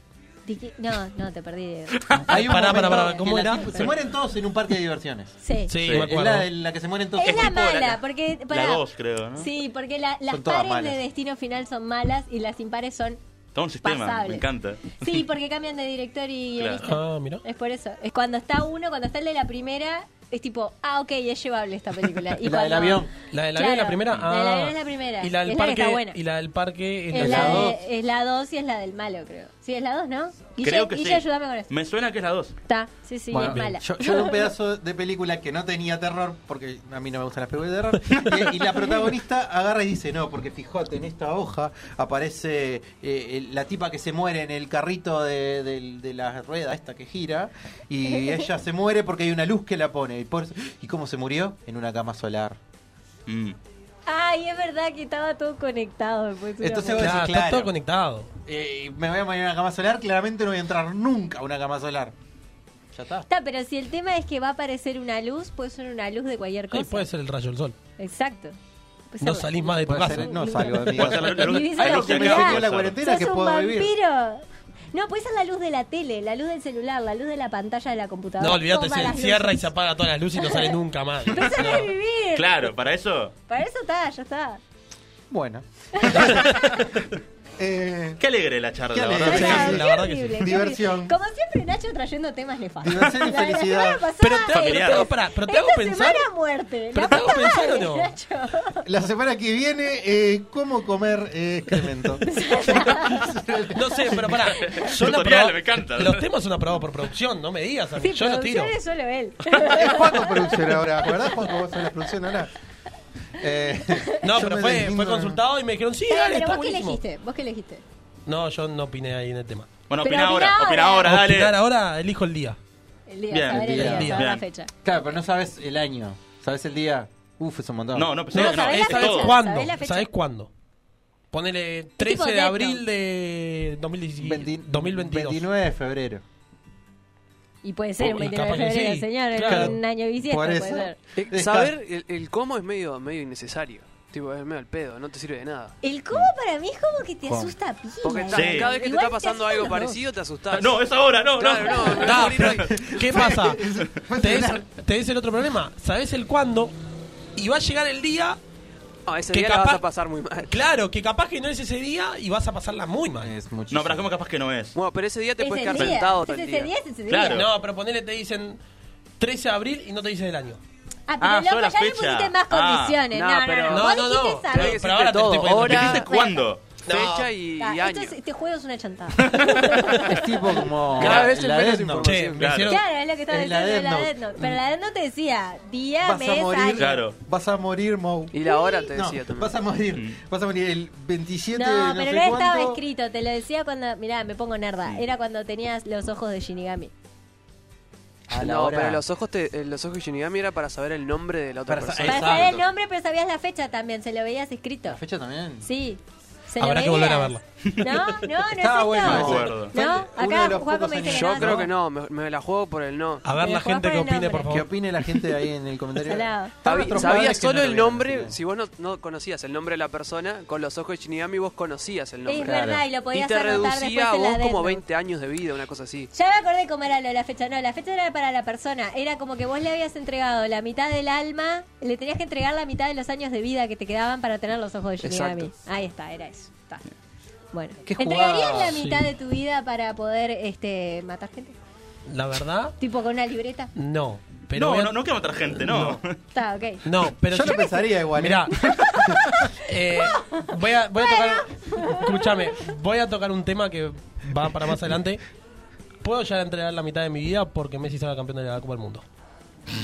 D: ¿De qué? No, no, te perdí. Diego.
C: Hay un
E: Pará,
C: momento
E: pará, pará,
C: que
E: ¿cómo
C: la
E: era?
C: tipa- se mueren todos en un parque de diversiones.
D: Sí.
E: Sí, Eh,
F: Sí,
E: me
F: es
C: es
E: acuerdo.
C: la, en la que se mueren todos.
D: Es la
F: tipo la-
D: mala, porque.
F: La
D: pará.
F: dos, creo, ¿no?
D: Sí, porque la- las
C: Son todas
D: pares
C: malas.
D: de destino final son malas y las impares son.
F: Todo un sistema.
D: Pasable.
F: Me encanta.
D: Sí, porque cambian de director y
F: Claro.
D: guionista.
E: Ah, mira.
D: Es por eso. Es cuando está uno, cuando está el de la primera, es tipo, ah, ok, es llevable esta película.
C: La del
D: cuando-
C: avión.
E: La del avión es la
D: Claro,
E: primera.
D: La del
E: Ah.
D: avión es la primera.
E: Y la del
D: es
E: parque.
D: que está buena.
E: Y la del parque.
D: es,
C: la
D: la
C: dos.
D: de- es la 2 y es la del malo, creo. Sí, es la 2, ¿no? Guille,
F: creo que
D: Guille,
F: sí.
D: ayúdame con esto.
F: Me suena que es la dos.
D: Está, sí, sí,
C: Bueno,
D: es mala.
C: Yo, yo vi un pedazo de película que no tenía terror, porque a mí no me gustan las películas de terror, eh, y, y la protagonista agarra y dice, no, porque fíjate, en esta hoja aparece eh, el- la tipa que se muere en el carrito de, del- de la rueda esta que gira, y ella se muere porque hay una luz que la pone. ¿Y, por eso- ¿y cómo se murió? En una cama solar.
F: Mm.
D: Ay, es verdad que estaba todo conectado. después de una
C: Entonces
D: muerte.
C: vos-
E: Claro,
C: claro.
E: está todo conectado.
C: Eh, me voy a morir en una cama solar, claramente no voy a entrar nunca a una cama solar. Ya está.
D: Está, pero si el tema es que va a aparecer una luz, puede ser una luz de cualquier
E: Sí,
D: cosa.
E: puede ser el rayo del sol.
D: Exacto. Puede
E: No
D: ser-
E: salís más de tu
C: Puede
E: casa.
C: ser- no salgo de mi
F: Puede
C: casa.
F: ser la- la luz-
D: Vivís en
F: la
D: la
F: luz que me
D: oscuridad.
F: afectó
C: La cuarentena.
D: ¡Sos
C: que
D: un
C: puedo vivir.
D: vampiro! No, puede ser la luz de la tele, la luz del celular, la luz de la pantalla de la computadora.
E: No, olvídate,
D: Todas
E: se
D: las
E: encierra y
D: luces.
E: se apaga todas las luces y no sale nunca más.
D: Pero eso no es
E: No.
D: vivir.
F: Claro, para eso.
D: Para eso está, ya está.
C: Bueno. eh,
F: Qué alegre la charla,
C: Qué
F: la
C: alegre.
F: verdad.
C: Sí,
D: Ya está,
E: la
D: qué
E: verdad que sí.
D: horrible, qué
C: Diversión.
D: horrible. Como siempre, Nacho trayendo temas nefastos.
C: Diversión y
D: La de la
C: felicidad.
D: semana pasada,
E: Pero te, hago-
F: Familiar.
E: pero te hago- pará, pero te hago
D: esta
E: pensar.
D: semana muerte.
E: Pero
D: la
E: te hago
D: puta
E: pensar,
D: madre,
E: ¿o no?
D: Nacho.
C: La semana que viene, eh, ¿cómo comer eh, excremento?
E: No sé, pero pará. Son
F: Tutorial,
E: aprobados-
F: me encanta.
E: Los temas son aprobados por producción, no me digas. a mí,
D: Sí,
E: yo los tiro.
D: producción es solo él.
C: es Juaco producción ahora, ¿verdad, Juaco? Vos sos la producción ahora. Eh,
E: No,
C: yo
E: pero
C: me
E: fue,
C: deslindo.
E: fue consultado y me dijeron, sí, dale,
D: Pero
E: está
D: vos qué
E: buenísimo.
D: elegiste, vos qué elegiste.
E: No, yo no opiné ahí en el tema.
F: Bueno,
D: Pero
F: opina ahora,
D: opina
F: opina ahora,
E: Opinar
F: dale.
E: ahora elijo el día.
D: El día,
F: Bien,
D: saber el
C: bien,
D: día,
E: bien.
D: saber la
F: Bien.
D: fecha.
C: Claro, pero no sabes el año, sabes el día. Uf, es un montón.
F: No, no, pensé
D: No,
F: que no,
D: ¿sabés
F: es
D: la fecha?
F: todo.
E: cuándo.
D: ¿Sabés la fecha?
E: ¿Sabés cuándo? Ponele
D: tipo
E: 13 de
D: Death
E: abril
D: Note.
E: de 2019,
C: 20
E: 2022.
C: 29 de febrero.
D: Y puede ser un
E: Oh, Y
D: 29 de
E: capaz que
D: febrero,
E: sí,
D: señor. en
E: claro.
D: Un año bisiesto
C: Por
D: puede
C: eso.
D: ser.
G: Eh,
C: Está-
G: saber el, el cómo es medio, medio innecesario. Tipo, es medio al pedo, no te sirve de nada.
D: El cómo para mí es como que te
C: ¿Cómo?
D: asusta pila.
G: Porque estás-
F: Sí.
G: cada vez que
D: Igual
G: te está pasando
D: asustan
G: algo
D: los dos.
G: parecido, te asustás.
F: No, es ahora, no,
G: Claro,
F: no.
G: no, no, voy a
E: Ta,
G: morir
E: pero,
G: hoy.
E: ¿Qué pasa?
C: fue
E: ¿Te des,
C: celular.
E: te des el otro problema. Sabes el cuándo y va a llegar el día
G: No, ese
E: Que
G: día la vas
E: capaz-
G: a pasar muy mal.
E: Claro, que capaz que no es ese día y vas a pasarla muy mal.
C: Es muchísimo.
F: No, pero ¿cómo capaz que no es?
G: Bueno, pero ese día te
D: Es
G: puedes
D: el
G: quedar
D: día.
G: sentado
D: Es
G: todo el
D: ese día,
G: día.
D: es ese día.
F: Claro.
E: No, pero ponele, te dicen 13 de abril y no te dicen el año.
D: Ah,
F: Ah,
D: pero loco,
F: solo la
D: ya le
F: fecha.
D: pusiste más
F: Ah,
D: condiciones.
G: no,
D: no, no,
G: pero-
D: no.
E: No,
D: Vos
E: no, no,
D: dijiste esa
E: pero-
D: vez.
E: pero ahora te
G: todo,
E: estoy poniendo-
G: hora,
F: ¿Dijiste cuándo?
G: fecha y,
D: Ah,
G: y
D: esto
G: año.
D: es- este juego es una chantada.
C: Es tipo como.
G: Cada vez es
C: la
G: menos
C: Death Note.
G: información.
E: Che, me
F: Claro.
E: hicieron-
D: claro, es lo que estaba
C: Es la
D: diciendo de
C: Death
D: la
C: Note.
D: Death Note. Pero la Death Note te decía día,
C: Vas a
D: mes,
C: morir.
D: año.
F: Claro.
C: Vas a morir, Mou.
G: Y la hora te
C: No,
G: decía también.
C: vas a morir. Vas a morir el 27 de
D: No,
C: no
D: pero
C: sé
D: no estaba
C: cuánto.
D: escrito, te lo decía cuando, mirá, me pongo nerda, era cuando tenías los ojos de Shinigami.
C: A la
G: Ah, No,
C: hora.
G: pero los ojos, te, eh, los ojos de Shinigami era para saber el nombre de la otra
E: Para sa-
G: persona.
D: Para
E: Exacto.
D: saber el nombre, pero sabías la fecha también, se lo veías escrito.
C: La fecha también.
D: Sí. Se
E: Habrá
D: lo
E: que volver a
D: veías. No, no, no
C: Estaba
D: es
C: bueno ese.
F: No me
D: esto.
F: acuerdo.
C: Fue
D: No,
C: uno de
D: acá
C: los
D: Juaco
C: pocos
D: me dice
C: animes.
D: que
G: Yo
D: no.
G: creo que no, me, me la juego por el no.
E: A ver
D: Te
E: la
D: jugás
E: gente
D: por
E: que
D: el
E: opine, por
D: nombre.
C: ¿Qué
E: favor.
C: opine la gente ahí en el comentario?
D: Salado.
C: Todos
G: Sabía,
C: nuestros
G: sabía
C: padres que
G: solo
C: no
G: el
C: lo
G: nombre,
C: vieron.
G: si vos no, no conocías el nombre de la persona, con los ojos de Shinigami vos conocías el
D: Es
G: nombre.
D: verdad, y lo
G: Y
D: podías
G: te
D: anotar
G: reducía
D: después
G: a
D: en la
G: vos
D: Death
G: como
D: Note.
G: 20 años de vida, una cosa así.
D: Ya me acordé cómo era lo de la fecha. No, la fecha era para la persona. Era como que vos le habías entregado la mitad del alma, le tenías que entregar la mitad de los años de vida que te quedaban para tener los ojos de Shinigami.
G: Exacto.
D: Ahí está, era eso. Está. Bueno,
C: Qué
D: ¿entregarías
C: jugada,
D: la mitad
E: sí.
D: de tu vida para poder este, matar gente?
E: La verdad,
D: Tipo con una libreta.
E: no. Pero voy
F: No,
E: a-
F: no, no quiero matar gente, no.
D: Está, ok.
E: No, pero
C: Yo lo pensaría igual. ¿eh?
E: Mirá, eh, voy a, voy a tocar. Escúchame, voy a tocar un tema que va para más adelante. Puedo llegar a entregar la mitad de mi vida porque Messi será campeón de la Copa del Mundo.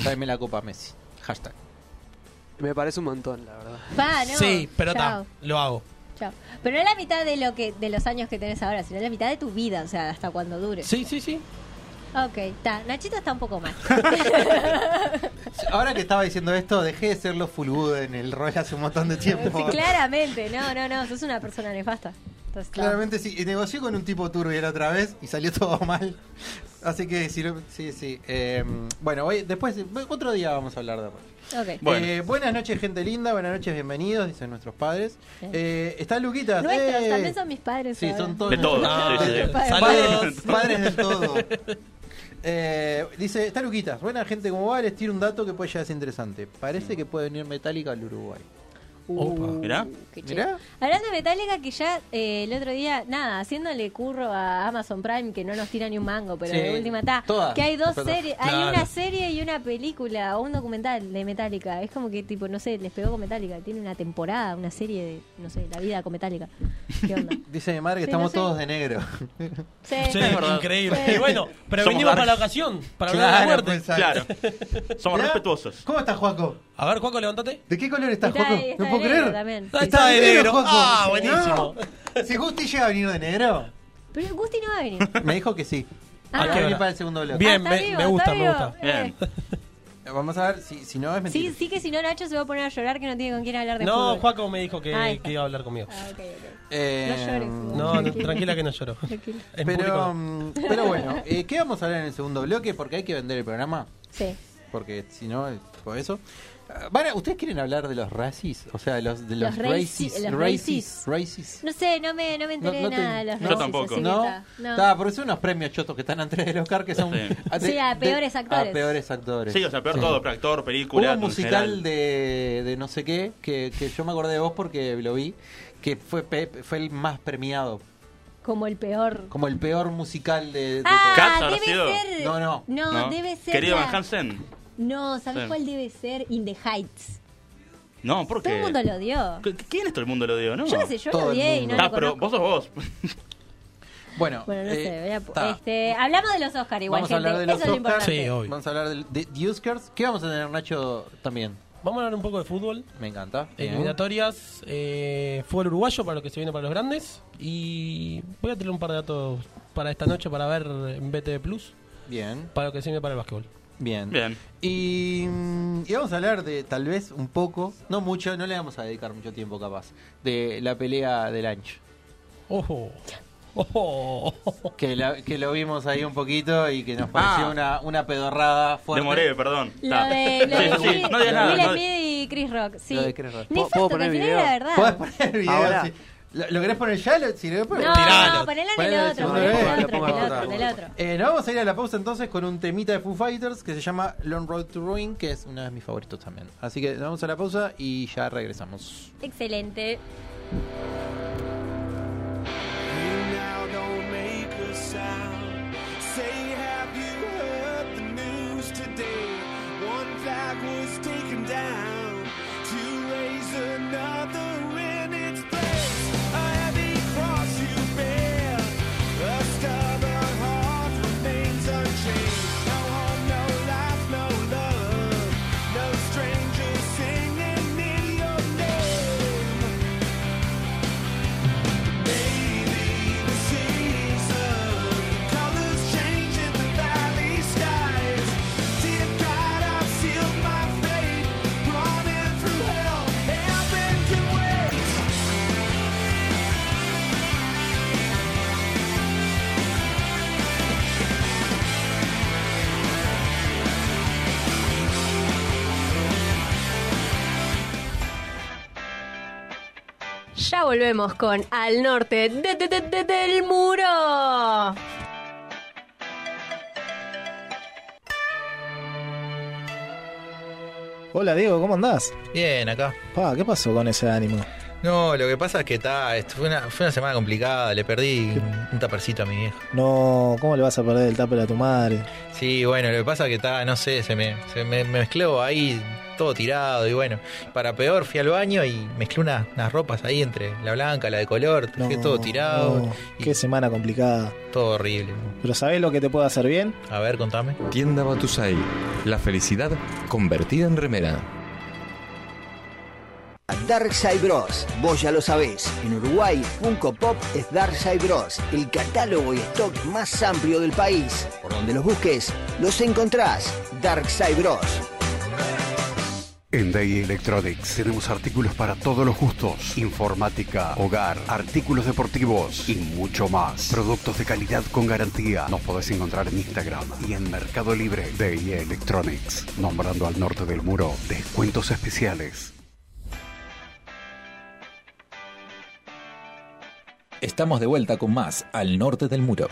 C: Tráeme la copa, Messi. Hashtag. eh.
G: Me parece un montón, la verdad.
D: Va, Ah, no.
E: sí, pero está,
D: Chao,
E: lo hago.
D: chao. Pero no es la mitad de lo que de los años que tenés ahora, sino la mitad de tu vida, o sea, hasta cuando dure.
E: Sí, sí, sí.
D: Ok, está. Nachito está un poco más.
C: Ahora que estaba diciendo esto, dejé de ser los fulgud en el rol hace un montón de tiempo.
D: Claramente, no, no, no, sos una persona nefasta. Entonces, está.
C: Claramente sí. Y negocié con un tipo turbio la otra vez y salió todo mal. Así que sí, lo- sí. sí. Eh, bueno, hoy, después, otro día vamos a hablar de rol.
D: Ok.
F: Bueno.
C: Eh, buenas noches, gente linda. Buenas noches, bienvenidos, dicen nuestros padres. Eh, está Luquitas.
D: Nuestros,
C: eh.
D: también son mis padres.
C: Sí,
D: ahora.
C: son todos.
F: De todos.
E: Ah,
F: sí, sí, sí.
D: Padres.
C: Padres,
E: Saludos.
C: padres del todo. Eh, dice, está Luquitas, buena gente como va, les tiro un dato que puede llegar a ser interesante. Parece que puede venir Metallica al Uruguay.
E: Opa.
F: Mirá.
D: Uh, qué
C: Mirá.
D: chido. Hablando de Metallica, que ya eh, el otro día, nada, haciéndole curro a Amazon Prime, que no nos tira ni un mango, pero
C: Sí,
D: de última está.
C: todas
D: Que hay dos
C: las plataformas.
D: series,
E: Claro.
D: hay una serie y una película, o un documental de Metallica. Es como que, tipo, no sé, les pegó con Metallica. Tiene una temporada, una serie de, no sé, la vida con Metallica. ¿Qué onda?
C: Dice mi madre que
D: Sí,
C: estamos
D: no sé.
C: todos de negro.
D: Sí.
E: Sí,
F: es verdad.
E: increíble.
D: Sí.
E: Y bueno, pero
F: Somos
E: venimos
F: dark.
E: para la ocasión, para hablar de la muerte.
C: pues,
F: Claro. Somos
C: ¿Mirá?
F: respetuosos.
C: ¿Cómo estás, Juaco?
E: A ver, Juaco, levantate.
C: ¿De qué color estás,
D: Está-
C: Juaco?
D: está
C: No puedo
D: de negro
C: creer.
D: también.
E: Ah,
D: Sí,
E: está
D: sí.
E: de negro.
C: Juaco.
E: Ah,
C: No.
E: buenísimo.
C: Si Gusti llega a venir de negro,
D: Pero Gusti no va a venir.
C: me dijo que sí.
D: Ah,
C: Hay que
E: qué
C: venir
E: hora.
C: para el segundo bloque.
E: Bien,
D: está
E: me- me gusta,
D: está
E: me
D: vivo. Eh,
E: gusta.
F: Bien.
C: Vamos a ver si, si no es mentira.
D: Sí, sí que si no Nacho se va a poner a llorar que no tiene con quién hablar de
E: No,
D: fútbol.
E: Juaco me dijo que,
D: Ay.
E: que iba a hablar conmigo.
D: Ah, ok, ok.
C: Eh,
D: No llores, Hugo.
E: No, no, tranquila que no lloro.
D: Tranquilo.
E: En
C: Pero,
E: público.
C: mm, pero bueno, eh, ¿qué vamos a hablar en el segundo bloque? Porque hay que vender el programa.
D: Sí.
C: Porque si no, es por eso. Ah, van a- ¿Ustedes quieren hablar de los racis? O sea, de los, de los,
D: Los raci-
C: racis.
D: los
C: racis.
D: racis.
C: racis.
D: No sé, no me, no me enteré
C: No- no
D: de
C: te-
D: nada de los
C: no,
D: racis,
F: tampoco.
D: así que
C: ¿No?
D: está. no.
C: Está, porque son unos premios chotos que están antes del Oscar que son.
F: Sí.
C: a-
D: Sí, a peores actores.
C: A peores actores.
F: Sí, o sea, peor
C: Sí.
F: todo, pero actor, película.
C: Hubo un
F: en
C: musical
F: general.
C: de, de no sé qué que, que yo me acordé de vos porque lo vi, que fue, pe- fue el más premiado,
D: Como el peor.
C: como el peor musical de, de
D: Ah,
F: ¿Cats habrá
D: debe
F: sido?
D: ser.
C: No, no.
D: No,
F: ¿no?
D: debe ser.
F: Querido
D: la-
F: Van Hansen.
D: No, ¿sabes
F: Sí.
D: cuál debe ser? In the Heights.
F: No, ¿por qué?
D: Todo el mundo lo odió.
F: ¿Qui- ¿Quién es todo el mundo lo dio, no?
D: Yo qué sé, yo
C: Todo
D: lo
C: el
D: odié y
C: mundo.
D: no
F: ah,
D: lo
F: pero
D: conozco.
F: vos sos vos.
C: Bueno,
D: Bueno, no
C: eh,
D: sé. voy a-
C: está.
D: este, hablamos de los Oscars igual,
C: Vamos a
D: gente.
C: hablar de los
D: Eso es lo
C: Oscars.
D: importante.
E: Sí, obvio.
C: Vamos a hablar del- de, de Oscars. ¿Qué vamos a tener, Nacho? También.
E: Vamos a hablar un poco de fútbol.
C: Me encanta. Bien.
E: Eh, Eliminatorias, eh, fútbol uruguayo para lo que se viene para los grandes. Y voy a tener un par de datos para esta noche para ver en BTV Plus
C: Bien,
E: para lo que se viene para el básquetbol.
C: bien.
F: Bien.
C: Y, mm, y vamos a hablar de, tal vez, un poco, no mucho, no le vamos a dedicar mucho tiempo capaz, de la pelea del ancho.
E: Ojo. Ojo.
C: Que, la- que lo vimos ahí un poquito y que nos pareció
F: Ah.
C: una, una pedorrada fuerte.
F: Demoré, perdón.
D: Lo
F: Ta.
D: de, lo
F: Sí,
D: de
F: sí,
D: Will,
F: no digas
D: Will
F: nada. no-
D: Smith y Chris Rock. Sí.
C: Lo de Chris Rock.
G: ¿Puedo- puedo
D: Nefasto, que
G: poner
D: al final
G: video?
D: era verdad.
C: Podés poner el video
G: Ahora.
C: sí. ¿Lo, lo querés poner ya? Lo- Si lo pongo.
D: No,
E: Tiralo.
D: no, ponelo en
C: Ponelo en
D: el
C: el
D: otro,
C: segundo
D: ponelo en el
C: nivel.
D: otro, en el
G: Lo pongo
D: otro,
G: acá.
D: en el otro.
C: Eh, nos vamos a ir a la pausa entonces con un temita de Foo Fighters que se llama Long Road to Ruin, que es uno de mis favoritos también. Así que nos vamos a la pausa y ya regresamos.
D: Excelente.
B: You now don't make a sound. Say, have you heard the news today? One flag was taken down to raise another in its place. A heavy cross you bear, a stubborn heart remains unchanged. No home, no life, no love, no stranger singing in your name. Thank
H: Ya volvemos con Al Norte de- de- de- de- del Muro.
I: Hola Diego, ¿cómo andás?
J: Bien, acá.
I: Pa, ¿qué pasó con ese ánimo?
J: No, lo que pasa es que está, esto fue una, fue una semana complicada, le perdí un, un tapercito a mi vieja.
I: No, ¿cómo le vas a perder el tupper a tu madre?
J: Sí, bueno, lo que pasa es que está, no sé, se me, se me, me mezcló ahí todo tirado y bueno, para peor fui al baño y mezclé unas, unas ropas ahí entre la blanca, la de color,
I: No,
J: dejé todo tirado
I: no,
J: y
I: qué semana complicada.
J: todo horrible.
I: Pero ¿sabés lo que te puede hacer bien?
J: A ver, contame.
K: Tienda Batusai. La felicidad convertida en remera.
L: Darkside Bros. Vos ya lo sabés. En Uruguay, Funko Pop es Darkside Bros. El catálogo y stock más amplio del país. Por donde los busques, los encontrás. Darkside Bros.
K: En Day Electronics tenemos artículos para todos los gustos, informática, hogar, artículos deportivos y mucho más. Productos de calidad con garantía. Nos podés encontrar en Instagram y en Mercado Libre. Day Electronics, nombrando al norte del muro, descuentos especiales.
L: Estamos de vuelta con más Al Norte del Muro.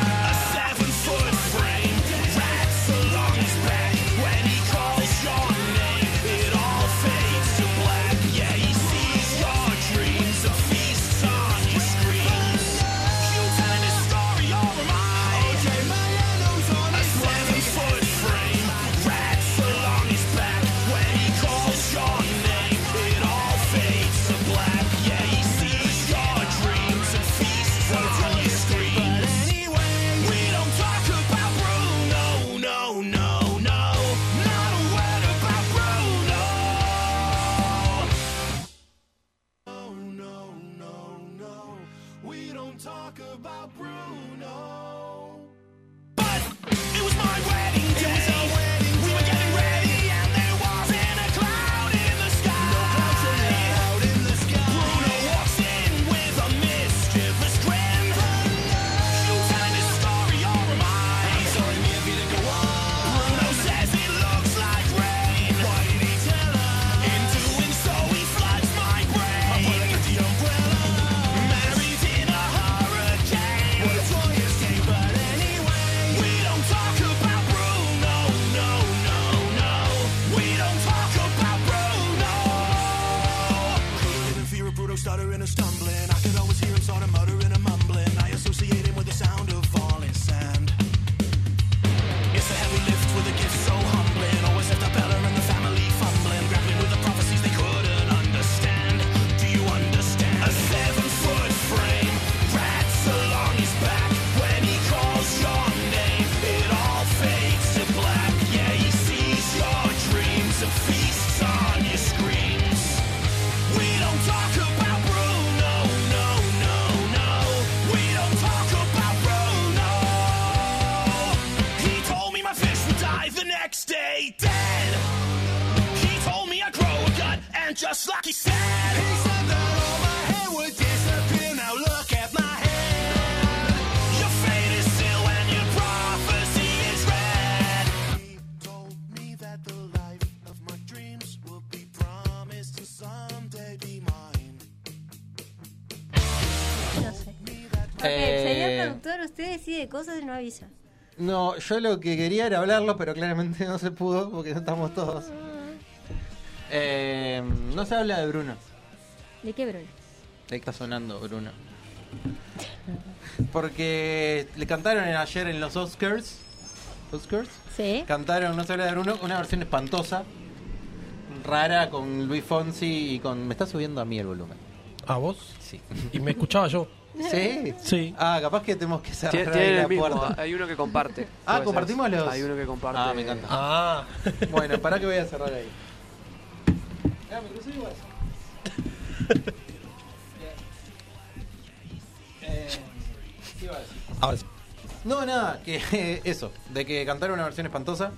B: you and just like he said, he said that all my hair would disappear. Now look at my hair. Your fate is still and your prophecy is red. He told me that the life of my dreams would be promised and someday be mine.
D: No sé.
C: Eh,
D: Señor productor, usted decide cosas y no avisa.
C: No, yo lo que quería era hablarlo, pero claramente no se pudo porque no estamos todos. Eh, no se habla de Bruno.
D: ¿De qué, Bruno?
C: Ahí está sonando Bruno. Porque le cantaron en- ayer en los Oscars. ¿Oscars?
D: Sí.
C: Cantaron No se habla de Bruno, una versión espantosa. Rara con Luis Fonsi y con. Me está subiendo a mí el volumen.
E: ¿A vos?
C: Sí.
E: Y me escuchaba yo.
C: ¿Sí?
E: Sí.
C: Ah, capaz que tenemos que cerrar
G: Tiene,
C: ahí
G: tiene
C: la
G: el mismo,
C: puerta.
G: hay uno que comparte.
C: Ah,
G: Puede ser.
C: ¿compartimos los?
G: Hay uno que comparte.
C: Ah, me encanta.
E: Ah.
C: Bueno, para que voy a cerrar ahí. Eh,
E: Ahora sí.
C: No, nada, que eh, eso, de que cantaron una versión espantosa.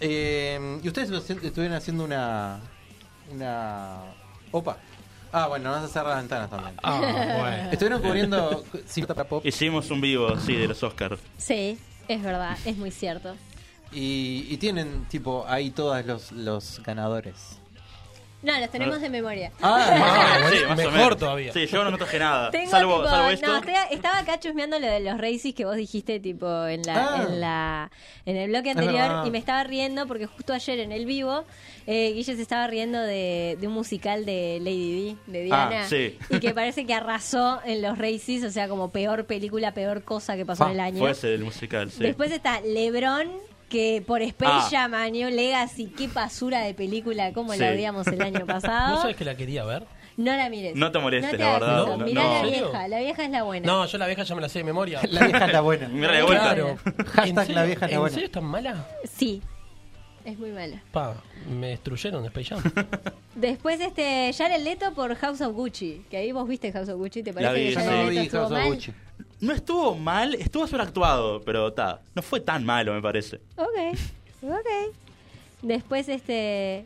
C: Eh, y ustedes lo hacen- estuvieron haciendo una. Una. Opa. Ah, bueno, vas a cerrar las ventanas también.
F: Ah, bueno.
C: Estuvieron cubriendo. sí, pop.
F: Hicimos un vivo, sí, de los Oscars.
D: Sí, es verdad, es muy cierto.
C: Y, y tienen, tipo, ahí todos los, los ganadores.
D: No, los tenemos de memoria.
C: Ah,
F: Sí,
C: bueno,
F: más o
C: mejor
F: menos.
C: todavía.
F: Sí, yo no me traje nada.
D: Tengo
F: salvo,
D: tipo,
F: salvo
D: no,
F: esto.
D: te- estaba acá chusmeando lo de los races que vos dijiste tipo en la,
F: Ah.
D: en la en el bloque
H: Es
D: anterior
H: verdad.
D: y me estaba riendo porque justo ayer en el vivo eh, Guille se estaba riendo de, de un musical de Lady D, de
F: Ah,
D: Diana
F: sí.
D: y que parece que arrasó en los races, o sea como peor película, peor cosa que pasó en el año.
F: Ah, Fue ese del musical, sí.
D: Después está Lebron que por Space
F: Ah.
D: Jam a New Legacy, qué basura de película, como
F: Sí.
D: la odiamos el año pasado.
E: ¿Vos sabés que la quería ver?
D: No la mires.
F: No te molestes, la
D: hagas
F: verdad,
D: eso.
F: no,
D: Mirá
F: no.
D: la
F: ¿En serio?
D: vieja. La vieja es la buena.
E: No, yo la vieja ya me la sé de memoria.
C: La vieja es la buena.
F: Mira de vuelta.
E: Claro.
C: Hashtag la vieja es la
E: ¿En
C: buena.
E: serio es tan mala?
D: Sí. Es muy mala.
E: Pa, me destruyeron Space Jam.
D: Después, este, Jared Leto por House of Gucci. Que ahí vos viste House of Gucci, ¿te parece
F: La vi,
D: que
F: sí.
D: Jared Leto estuvo mal?
F: No estuvo mal, estuvo sobreactuado, pero ta, no fue tan malo, me parece.
D: Ok, ok. Después, este...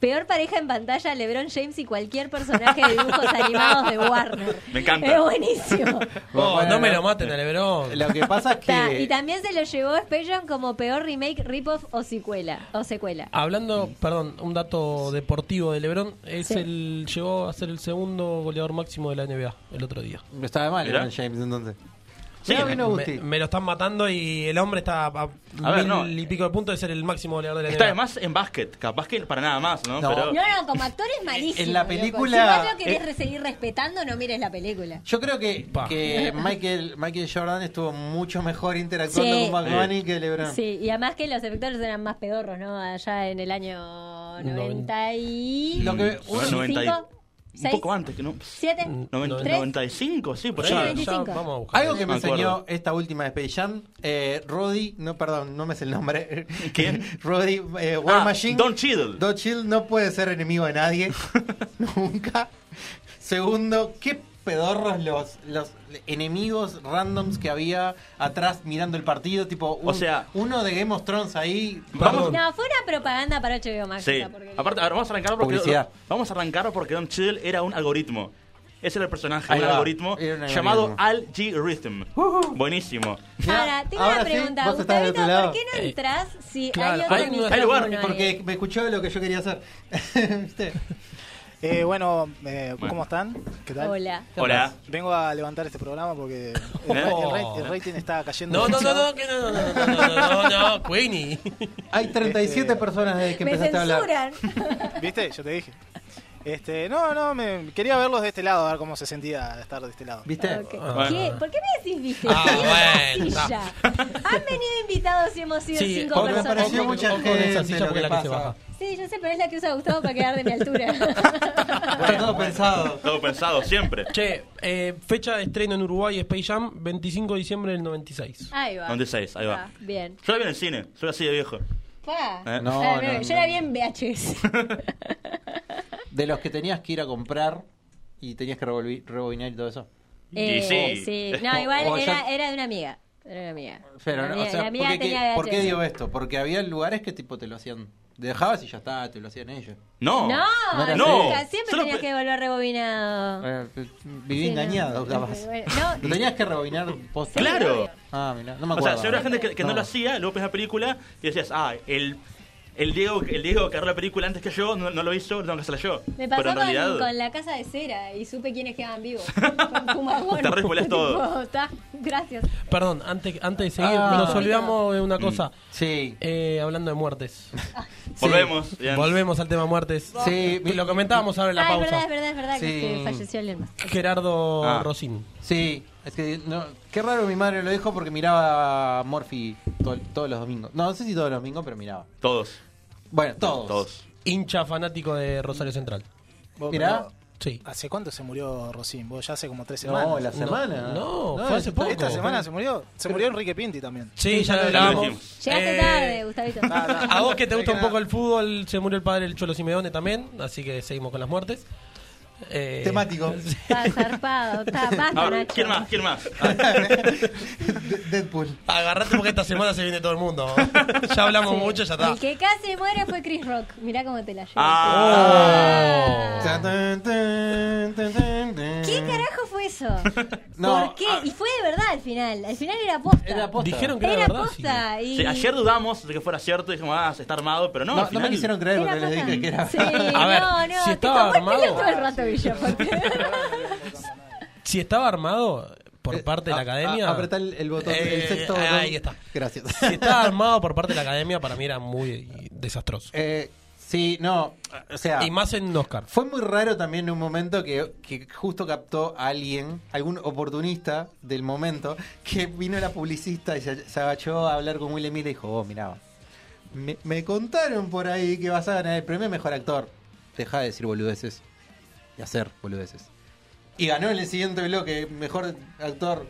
D: Peor pareja en pantalla, LeBron James y cualquier personaje de dibujos animados de Warner.
F: Me encanta.
D: Es buenísimo.
E: Oh,
C: Bueno,
E: no me
C: no.
E: lo maten a Lebron.
C: Lo que pasa es
D: Ta, Y también se lo llevó Space Jam como peor remake, rip-off o secuela. O secuela.
E: Hablando, perdón, un dato deportivo de LeBron, es
D: Sí.
E: el llegó a ser el segundo goleador máximo de la NBA el otro día.
C: No estaba mal,
E: Mirá.
C: Aaron James, entonces.
E: Sí,
C: Mirá,
E: me,
C: vino Gusti.
E: me- me lo están matando y el hombre está a,
F: ver,
E: mil
F: no.
E: y pico de punto de ser el máximo goleador de la
F: Está
E: NBA.
F: además en básquet, capaz que para nada más, ¿no?
E: No.
F: Pero,
D: No, no, como actor es malísimo.
C: En la
D: loco.
C: película-
D: Si vos lo querés
C: eh,
D: re- seguir respetando, no mires la película.
C: Yo creo que, que Michael, Michael Jordan estuvo mucho mejor interactuando
D: Sí.
C: con
D: Sí.
C: Bugs Bunny que LeBron.
D: Sí, y además que los efectores eran más pedorros, ¿no? Allá en el año 90 y...
F: Lo que-
D: cinco,
F: un 90 Mm, y- un
D: seis,
F: poco antes, que no.
D: siete,
C: Mm,
F: Noven-
D: tres.
F: 95, sí, pues por ahí.
D: Sí, 95. Ya, vamos a buscar.
C: Algo que me
F: Me acuerdo.
C: enseñó esta última de Space Jam, eh, Roddy, no, perdón, no me es el nombre. ¿Quién? Roddy, eh, War
F: Ah,
C: Machine.
F: Don Cheadle.
C: Don Cheadle no puede ser enemigo de nadie, nunca. Segundo, qué pedorros los, los enemigos randoms que había atrás mirando el partido, tipo un-
F: sea-
C: uno de Game of Thrones ahí.
D: No, fue una propaganda para HBO Max.
F: Sí.
D: esa, porque-
F: Aparte, a ver, vamos a arrancar porque
C: Publicidad.
F: vamos a arrancar porque Don Cheadle era un algoritmo. Ese era el personaje,
C: Ahí
F: un
C: va.
F: algoritmo,
C: Era un
F: llamado
C: algoritmo.
F: Al G Rhythm. Buenísimo.
D: Ahora, tengo
C: Ahora
D: una
C: sí,
D: pregunta.
C: vos estás de
D: Gustavito,
C: otro lado.
D: ¿por qué no
C: Eh,
D: entras si hay
C: Claro,
D: otro
C: hay
D: micrófono
C: lugar
D: ahí?
C: porque me escuchó lo que yo quería hacer. ¿Viste?
I: Eh, bueno, eh, ¿cómo están? ¿Qué tal?
D: Hola.
F: Hola.
I: Vengo a levantar este programa porque el,
E: ¿Eh?
I: ra- el ra- el rating está cayendo.
E: No, no, no,
I: demasiado.
E: no, que no, no, no, no, no, no, no, no, Queenie.
C: Hay
E: Este,
C: 37 personas desde que empezaste a hablar.
I: ¿Viste? Yo te dije. Este, no, no, me, quería verlos de este lado, a ver cómo se sentía estar de este lado.
C: ¿Viste?
D: Ah,
C: Ah.
D: Ok. ¿Qué? ¿Por qué me decís viste?
I: Ah,
D: Sí, es
I: bueno.
D: una silla. Han venido invitados y hemos sido
E: Sí,
D: cinco
E: ojo,
D: personas.
E: ojo, ojo con esa silla porque es la que se baja.
D: Sí, yo sé, pero es la que usa Gustavo para quedar de mi altura.
C: Está todo pensado.
F: Todo pensado, siempre.
E: Che, eh, fecha de estreno en Uruguay, Space Jam, 25 de diciembre del 96.
D: Ahí va.
F: 96, ahí va.
D: Ah, bien.
F: Yo la vi en el cine, soy así de viejo.
D: Pa.
F: Eh,
C: No,
D: Ah, bien,
C: no,
D: yo
C: no.
D: la vi en VHS.
C: De los que tenías que ir a comprar y tenías que revolvi- rebobinar y todo eso.
D: Eh, sí. No, igual era, era de una amiga. Pero era mía.
C: Oh, Pero,
D: la
C: no,
D: mía,
C: o sea,
D: la mía
C: porque,
D: tenía
C: que-
D: VHS.
C: ¿por qué digo esto? Porque había lugares que tipo te lo hacían. Te dejabas y ya está, te lo hacían ellos.
F: No,
D: No,
C: era
D: nunca,
C: así.
D: siempre tenías que volver rebobinado.
C: Eh, Viví
D: Sí, no.
C: engañado, dabas.
D: Bueno, no,
C: Lo tenías que rebobinar posta.
F: Claro.
C: Ah, mirá, no me
F: o
C: acuerdo.
F: sea, si había gente que, que no. lo hacía, luego ves la película y decías, ah, el, el Diego, el Diego que agarró la película antes que yo, no, no lo hizo, tengo que hacerla yo.
D: me pasó
F: Pero en
D: con,
F: realidad,
D: con la casa de cera y supe quiénes quedaban vivos. Con Fumagón.
F: Te respoles todo.
D: Tipo, está, gracias.
E: Perdón, antes, antes de seguir,
C: Ah.
E: nos olvidamos de una
C: Mm.
E: cosa. eh,
C: Sí.
E: hablando de muertes.
F: Volvemos, bien.
E: Volvemos al tema muertes.
C: Sí,
E: Que lo comentábamos ahora en la
D: ah,
E: pausa.
D: es verdad, es verdad, es verdad que
C: Sí.
D: se falleció alguien más.
E: Gerardo
C: Ah.
E: Rosín.
C: Sí, es que no, qué raro mi madre lo dijo porque miraba a Morphy to- todos los domingos. No, no sé si todos los domingos, pero miraba.
F: todos.
C: Bueno, todos.
E: Hincha fanático de Rosario Central.
I: Vos,
C: Mirá.
I: pero,
E: Sí.
I: ¿Hace cuánto se murió Rocín? Vos ya hace como tres
C: No,
I: semanas.
C: la semana.
E: No, fue hace
I: esta-
E: poco.
I: Esta semana se murió. Se murió Enrique Pinti también.
E: Sí, ya lo hablábamos.
D: Llegaste
E: Eh,
D: tarde, Gustavito.
E: A vos que te gusta un poco el fútbol, se murió el padre del Cholo Simeone también, así que seguimos con las muertes. Eh,
C: Temático.
D: Está zarpado, está, basta,
F: Ahora,
D: Nacho.
F: ¿quién más? ¿Quién más?
C: Deadpool.
E: Agarrate porque esta semana se viene todo el mundo. ya hablamos
D: Sí.
E: mucho, ya está.
D: El que casi muere fue Chris Rock. Mirá cómo te la llevo. Ah.
F: Ah.
E: Oh.
C: Tan, tan, tan, tan, tan, tan.
D: ¿Qué carajo fue eso?
C: No,
D: ¿Por qué? Y fue de verdad al final. Al final era posta.
C: Era posta.
E: Dijeron que era,
D: Era
E: verdad. sí.
D: posta. Y...
F: Sí, ayer dudamos de que fuera cierto, dijimos, ah, se está armado, pero no,
C: No,
F: al
C: no me
F: final-
C: quisieron creer
D: Era
C: porque les
D: posta.
C: dije que era.
D: Sí,
E: A ver,
D: no, no.
E: si
D: te
E: estaba
D: tomó el
E: armado-
D: pelo todo el rato, Villa, porque-
E: Si estaba armado por parte de la
C: Eh, A-
E: academia.
C: a- apretá el, el botón,
E: Eh,
C: el sexto botón.
E: Ahí está.
C: Gracias.
E: Si estaba armado por parte de la academia, para mí era muy desastroso.
C: Eh, sí, no, o sea,
E: Y más en un Oscar.
C: fue muy raro también en un momento que, que justo captó a alguien, algún oportunista del momento, que vino la publicista y se, se agachó a hablar con Will Smith y dijo, oh, mirá, me, me contaron por ahí que vas a ganar el premio Mejor Actor. Deja de decir boludeces y hacer boludeces. Y ganó en el siguiente bloque Mejor Actor.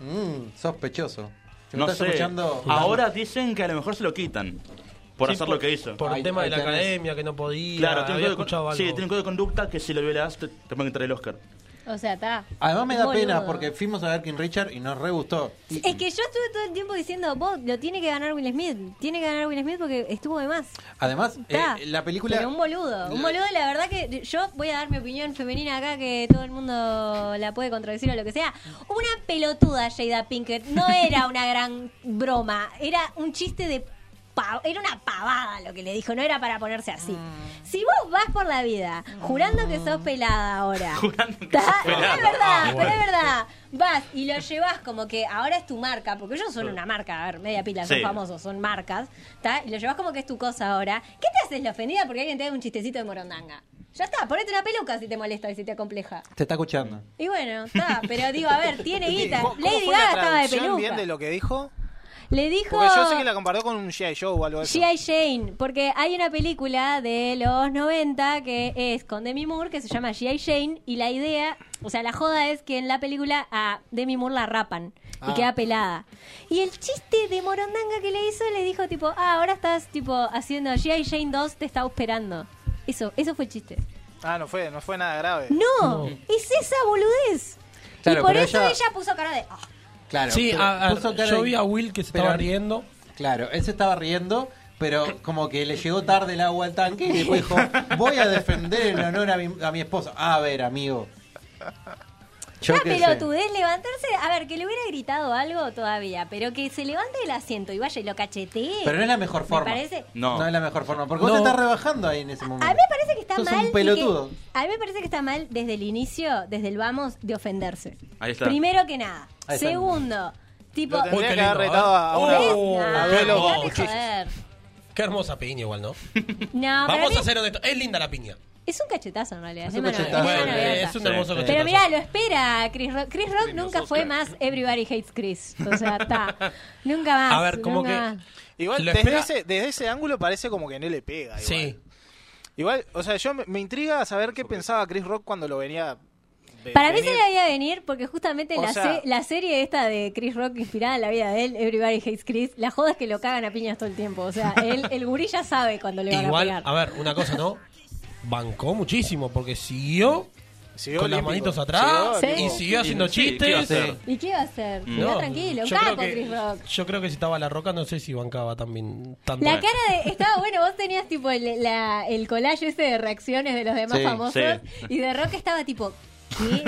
C: Mm, sospechoso. Si me
F: No
C: estás
F: sé.
C: escuchando,
F: Ahora dicen que a lo mejor se lo quitan por
E: Sí,
F: hacer lo que hizo.
E: Por
C: Ahí-
E: el tema
C: ahí
E: de la
C: tenés.
E: academia, que no podía.
F: Claro, tiene un
E: había
F: código de-
E: escuchado algo.
F: sí, tiene un código de conducta que si lo violas te, te pueden quitar el Oscar.
D: O sea, está.
C: Además me da
D: Boludo.
C: pena porque fuimos a ver King Richard y nos re gustó. Y-
D: Es que yo estuve todo el tiempo diciendo, vos, lo tiene que ganar Will Smith. Tiene que ganar Will Smith porque estuvo de más.
C: Además, eh,
D: Está.
C: la película...
D: Pero un boludo. Un
C: La-
D: boludo, la verdad que yo voy a dar mi opinión femenina acá, que todo el mundo la puede contradecir o lo que sea. Una pelotuda, Jada Pinkett. No era una gran broma. Era un chiste de. pa- Era una pavada lo que le dijo, no era para ponerse así.
C: Mm.
D: Si vos vas por la vida jurando que sos pelada ahora,
F: Jurando que
D: Ta-
F: sos
D: pero
F: pelada.
D: es verdad,
E: Ah,
D: pero
E: bueno.
D: es verdad. Vas y lo llevas como que ahora es tu marca, porque ellos son una marca, a ver, media pila, son
F: Sí.
D: famosos, son marcas, ¿tá? Y lo llevas como que es tu cosa ahora. ¿Qué te haces la ofendida porque alguien te da un chistecito de morondanga? Ya está, ponete una peluca si te molesta y si te acompleja.
C: Te está escuchando.
D: Y bueno, está, pero digo, a ver, tiene guita.
I: ¿Cómo- cómo
D: Lady
I: fue la
D: Gaga estaba de
I: traducción bien
D: peluca.
I: de lo que dijo?
D: Le dijo
I: Porque yo sé que la comparó con un G.I. Joe o algo de eso.
D: G.I. Jane, porque hay una película de los 90 que es con Demi Moore que se llama G.I. Jane y la idea, o sea, la joda es que en la película a Demi Moore la rapan y
I: Ah.
D: queda pelada. Y el chiste de Morondanga que le hizo le dijo tipo, ah, ahora estás tipo haciendo G.I. Jane 2, te está esperando. Eso, eso fue el chiste.
I: Ah, no fue, no fue nada grave.
D: No, es esa boludez.
C: Claro,
D: y por
C: pero
D: eso
C: ella-
D: ella... puso cara de... "Ah".
C: Claro.
E: Sí,
C: pero
E: a- a-
C: puso cara
E: yo
C: de-
E: vi a Will que se
C: pero-
E: estaba riendo.
C: Claro, él se estaba riendo, pero como que le llegó tarde el agua al tanque y después dijo, voy a defender el honor a mi, a mi esposa. A ver, amigo. Yo
D: Una
C: qué sé.
D: pelotudez levantarse. A ver, que le hubiera gritado algo todavía, pero que se levante del asiento y vaya y lo cachetee.
C: Pero no es la mejor forma.
D: parece-
F: No.
C: es la mejor forma. Porque vos
E: No.
C: te estás rebajando ahí en ese momento.
D: A mí me parece que está
C: Sos
D: mal.
C: un pelotudo.
D: y que- a mí me parece que está mal desde el inicio, desde el vamos, de ofenderse.
F: Ahí está.
D: Primero que nada.
C: Ahí está.
D: Segundo, tipo.
I: Lo
E: Uy,
I: tendría
E: qué
I: que haber
E: lindo,
I: retado
E: ¿eh?
I: a una...
E: Oh.
D: ¿ves?
E: a
D: No,
E: duelo.
D: dejate
E: Oh,
D: joder.
E: Qué hermosa piña igual, ¿no?
D: No, para
E: Vamos
D: mí
E: a ser honestos. Es linda la piña.
D: es un cachetazo en realidad.
C: Es
D: Es,
C: un
D: mano-
C: cachetazo.
D: es mano
C: Bueno,
D: abierta.
E: es un hermoso
F: Sí.
E: cachetazo.
D: Pero mirá, lo espera Chris Rock. Chris Rock nunca fue más Everybody Hates Chris. O sea, está. Nunca más.
E: A ver, como
D: nunca
E: que.
D: más.
I: Igual,
E: Lo
I: desde
E: espera-
I: ese, desde ese ángulo parece como que no le pega. Igual.
E: Sí.
I: Igual, o sea, yo me, me intriga saber qué pensaba Chris Rock cuando lo venía. ve-
D: Para mí se
I: venir.
D: le había venir porque justamente
I: O
D: la,
I: sea-
D: se- la serie esta de Chris Rock inspirada en la vida de él, Everybody Hates Chris, la joda es que lo cagan a piñas todo el tiempo. O sea, él, el gurí ya sabe cuando le van a
E: Igual,
D: pegar.
E: a ver, una cosa, ¿no? Bancó muchísimo porque siguió
I: Siguió
E: con las
I: olímpico.
E: manitos atrás
D: Siguió
E: y
D: olímpico.
E: siguió haciendo
F: Sí, ¿qué iba a
E: chistes.
F: hacer?
D: ¿Y qué va a hacer?
E: No.
D: Quedá tranquilo,
E: Yo
D: capo,
E: creo que-
D: Chris Rock.
E: Yo creo que si estaba La Roca, no sé si bancaba también tanto.
D: La cara de. Estaba bueno, vos tenías tipo el, la, el collage ese de reacciones de los demás
E: Sí,
D: famosos.
E: sí.
D: Y de Rock estaba tipo. ¿Qué?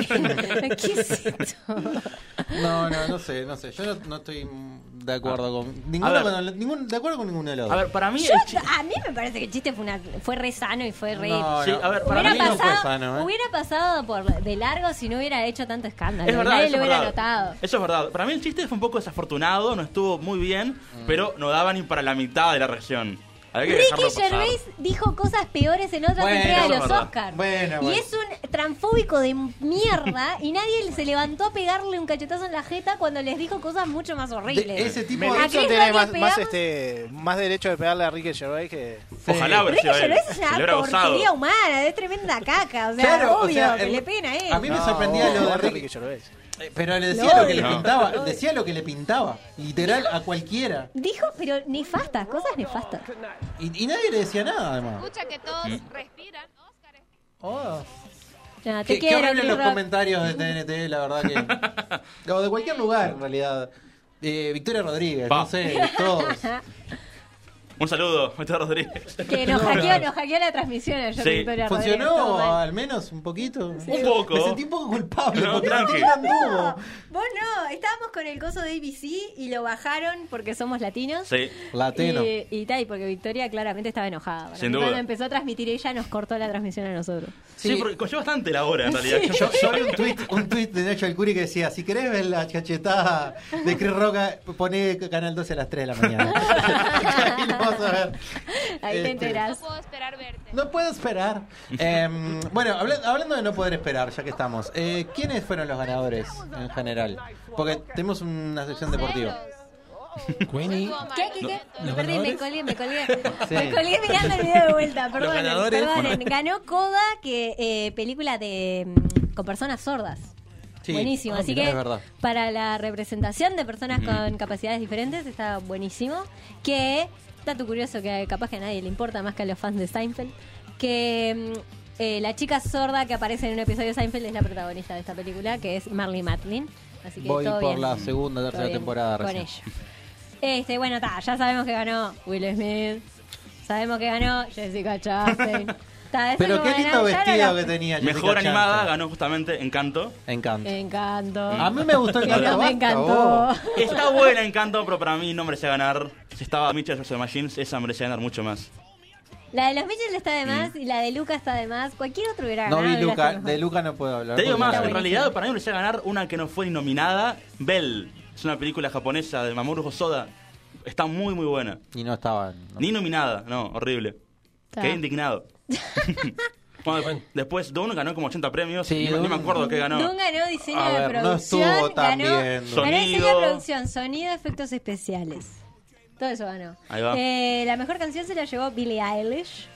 D: ¿Qué es esto?
C: No, no, no sé, no sé. Yo no, no estoy de acuerdo con.
F: A
C: Ah. Ninguno
F: ver.
C: con ningún, de acuerdo con ninguno de los
F: A
C: dos.
F: ver, para mí
D: Yo-
F: el chi-
D: a mí me parece que el chiste fue, una, fue re sano y fue re.
C: No,
F: Sí, a ver, para
D: hubiera,
F: mí no
D: pasado,
F: fue sano, ¿eh?
D: hubiera pasado por de largo si no hubiera hecho tanto escándalo.
F: Es verdad,
D: Nadie
F: eso
D: lo
F: es
D: hubiera
F: verdad.
D: notado.
F: Eso es verdad. Para mí el chiste fue un poco desafortunado, no estuvo muy bien,
C: Mm.
F: pero no daba ni para la mitad de la reacción. Había que dejarlo
D: Ricky
F: pasar.
D: Gervais dijo cosas peores en otras
F: Bueno,
D: entregas
F: eso
D: de
F: es
D: los
F: verdad.
D: Oscars.
F: Bueno,
D: y
F: bueno.
D: es un transfóbico de mierda y nadie se levantó a pegarle un cachetazo en la jeta cuando les dijo cosas mucho más horribles.
C: ese tipo
D: a
I: Mendonza
D: Chris Rock
I: tiene
D: le
I: más, más,
D: pegamos-
I: este, más derecho de pegarle a Ricky Gervais que...
F: Ojalá hubiera
D: Ricky
F: sido él.
D: Gervais es
F: Se le
D: una
F: hubiera gozado.
D: porquería humana, es tremenda caca. O sea,
C: Claro, o
D: obvio
C: sea,
D: que
C: el-
D: le pena a él.
C: a mí me
I: No,
C: sorprendía lo de
I: aguante
C: Ricky.
I: Gervais.
C: Eh, Pero le decía lo, que le
I: No.
C: pintaba, decía lo que le pintaba, literal a cualquiera.
D: Dijo, pero nefastas, cosas nefastas.
C: Y, y nadie le decía nada además.
M: Escucha que
F: Mm.
M: todos respiran. eh.
C: Oh.
D: Ya, te
C: Qué, qué
D: quiero,
C: horrible
D: Chris
C: los
D: Rock.
C: comentarios de TNT, la verdad que. o de cualquier lugar en realidad. Eh, Victoria Rodríguez,
F: Pa.
C: no sé, todos.
F: Un saludo, Maestro Rodríguez.
D: Que nos hackeó, nos hackeó la transmisión ayer,
F: Sí.
D: Victoria Rodríguez, todo
C: ¿Funcionó
D: mal.
C: al menos un poquito?
D: Sí. Un
F: poco.
C: Me sentí un poco culpable.
F: No,
C: porque
F: tranqui.
C: sentí que anduvo.
D: No, vos no, estábamos con el coso de ABC y lo bajaron porque somos latinos.
F: Sí.
C: Latino.
D: Y, y tal, y porque Victoria claramente estaba enojada. Para
F: Sin
D: mí
F: duda.
D: Cuando empezó a transmitir ella nos cortó la transmisión a nosotros.
F: Sí, porque conlleva bastante la hora en realidad.
C: Yo, yo vi un tweet, un tweet de Nacho Alcuri que decía, si querés ver la chachetada de Chris Roca, poné Canal 12 a las 3 de la mañana. Ahí lo vas a ver.
D: Ahí
C: Este,
D: te enterás.
C: No puedo esperar. Em, bueno, habla- hablando de no poder esperar, ya que estamos, eh, ¿quiénes fueron los ganadores en general? Porque tenemos una sección deportiva.
D: ¿Qué, qué, qué? Me perdí, me
C: ganadores?
D: colgué, me colgué.
C: Sí.
D: Me colgué mirando el video de vuelta,
C: Los
D: perdonen,
C: ganadores.
D: perdonen.
C: Bueno.
D: Ganó Coda, que eh, película de mm, con personas sordas.
C: Sí.
D: Buenísimo,
C: Ah,
D: así
C: mirá,
D: que
C: es verdad.
D: para la representación de personas
C: Ujú.
D: con capacidades diferentes está buenísimo. Que, dato curioso que capaz que a nadie le importa más que a los fans de Seinfeld, que mm, eh, la chica sorda que aparece en un episodio de Seinfeld es la protagonista de esta película, que es Marley Matlin. Así que
C: Voy
D: todo
C: por
D: bien.
C: la segunda,
D: Todo
C: tercera
D: bien
C: temporada
D: Con
C: recién.
D: ella. Este, bueno, ta, ya sabemos que ganó Will Smith. Sabemos que ganó Jessica Chastain. Ta, eso
C: Pero
D: como
C: qué lindo
D: ganar, ya no
C: vestido
D: lo-
C: que tenía.
F: Mejor animada ganó justamente Encanto.
C: Encanto.
D: Encanto.
C: A mí me gustó
D: Pero
C: Encanto,
D: Me
C: basta,
D: encantó.
F: Está buena Encanto, pero para mí no merecía ganar. Si estaba Mitchell vs. The Machines, esa merecía ganar mucho más.
D: La de los Mitchell está de más y la de Luca está de más. Cualquier otro hubiera
C: No
D: ganado.
C: vi
D: hubiera
C: Luca,
D: estado mejor.
C: de Luca no puedo hablar.
F: Te digo
C: porque
F: más,
C: la
F: en
C: vi.
F: realidad para mí merecía ganar una que no fue ni nominada, Bell. Es una película japonesa de Mamoru Hosoda. Está muy muy buena.
C: Y no estaban.
F: Ni nominada, no, horrible.
D: Está.
F: Quedé indignado. Bueno, después- después Dune ganó como 80 premios. ni, me- ni me
C: Dune-
F: acuerdo qué ganó.
D: Dune ganó diseño
F: A
D: de
F: ver, no
D: producción.
F: estuvo tan
D: ganó, ganó
F: bien.
D: diseño de
F: Sonido.
D: producción, sonido, efectos especiales. Todo eso ganó.
C: Ahí va.
D: Eh, la mejor canción se la llevó Billie Eilish.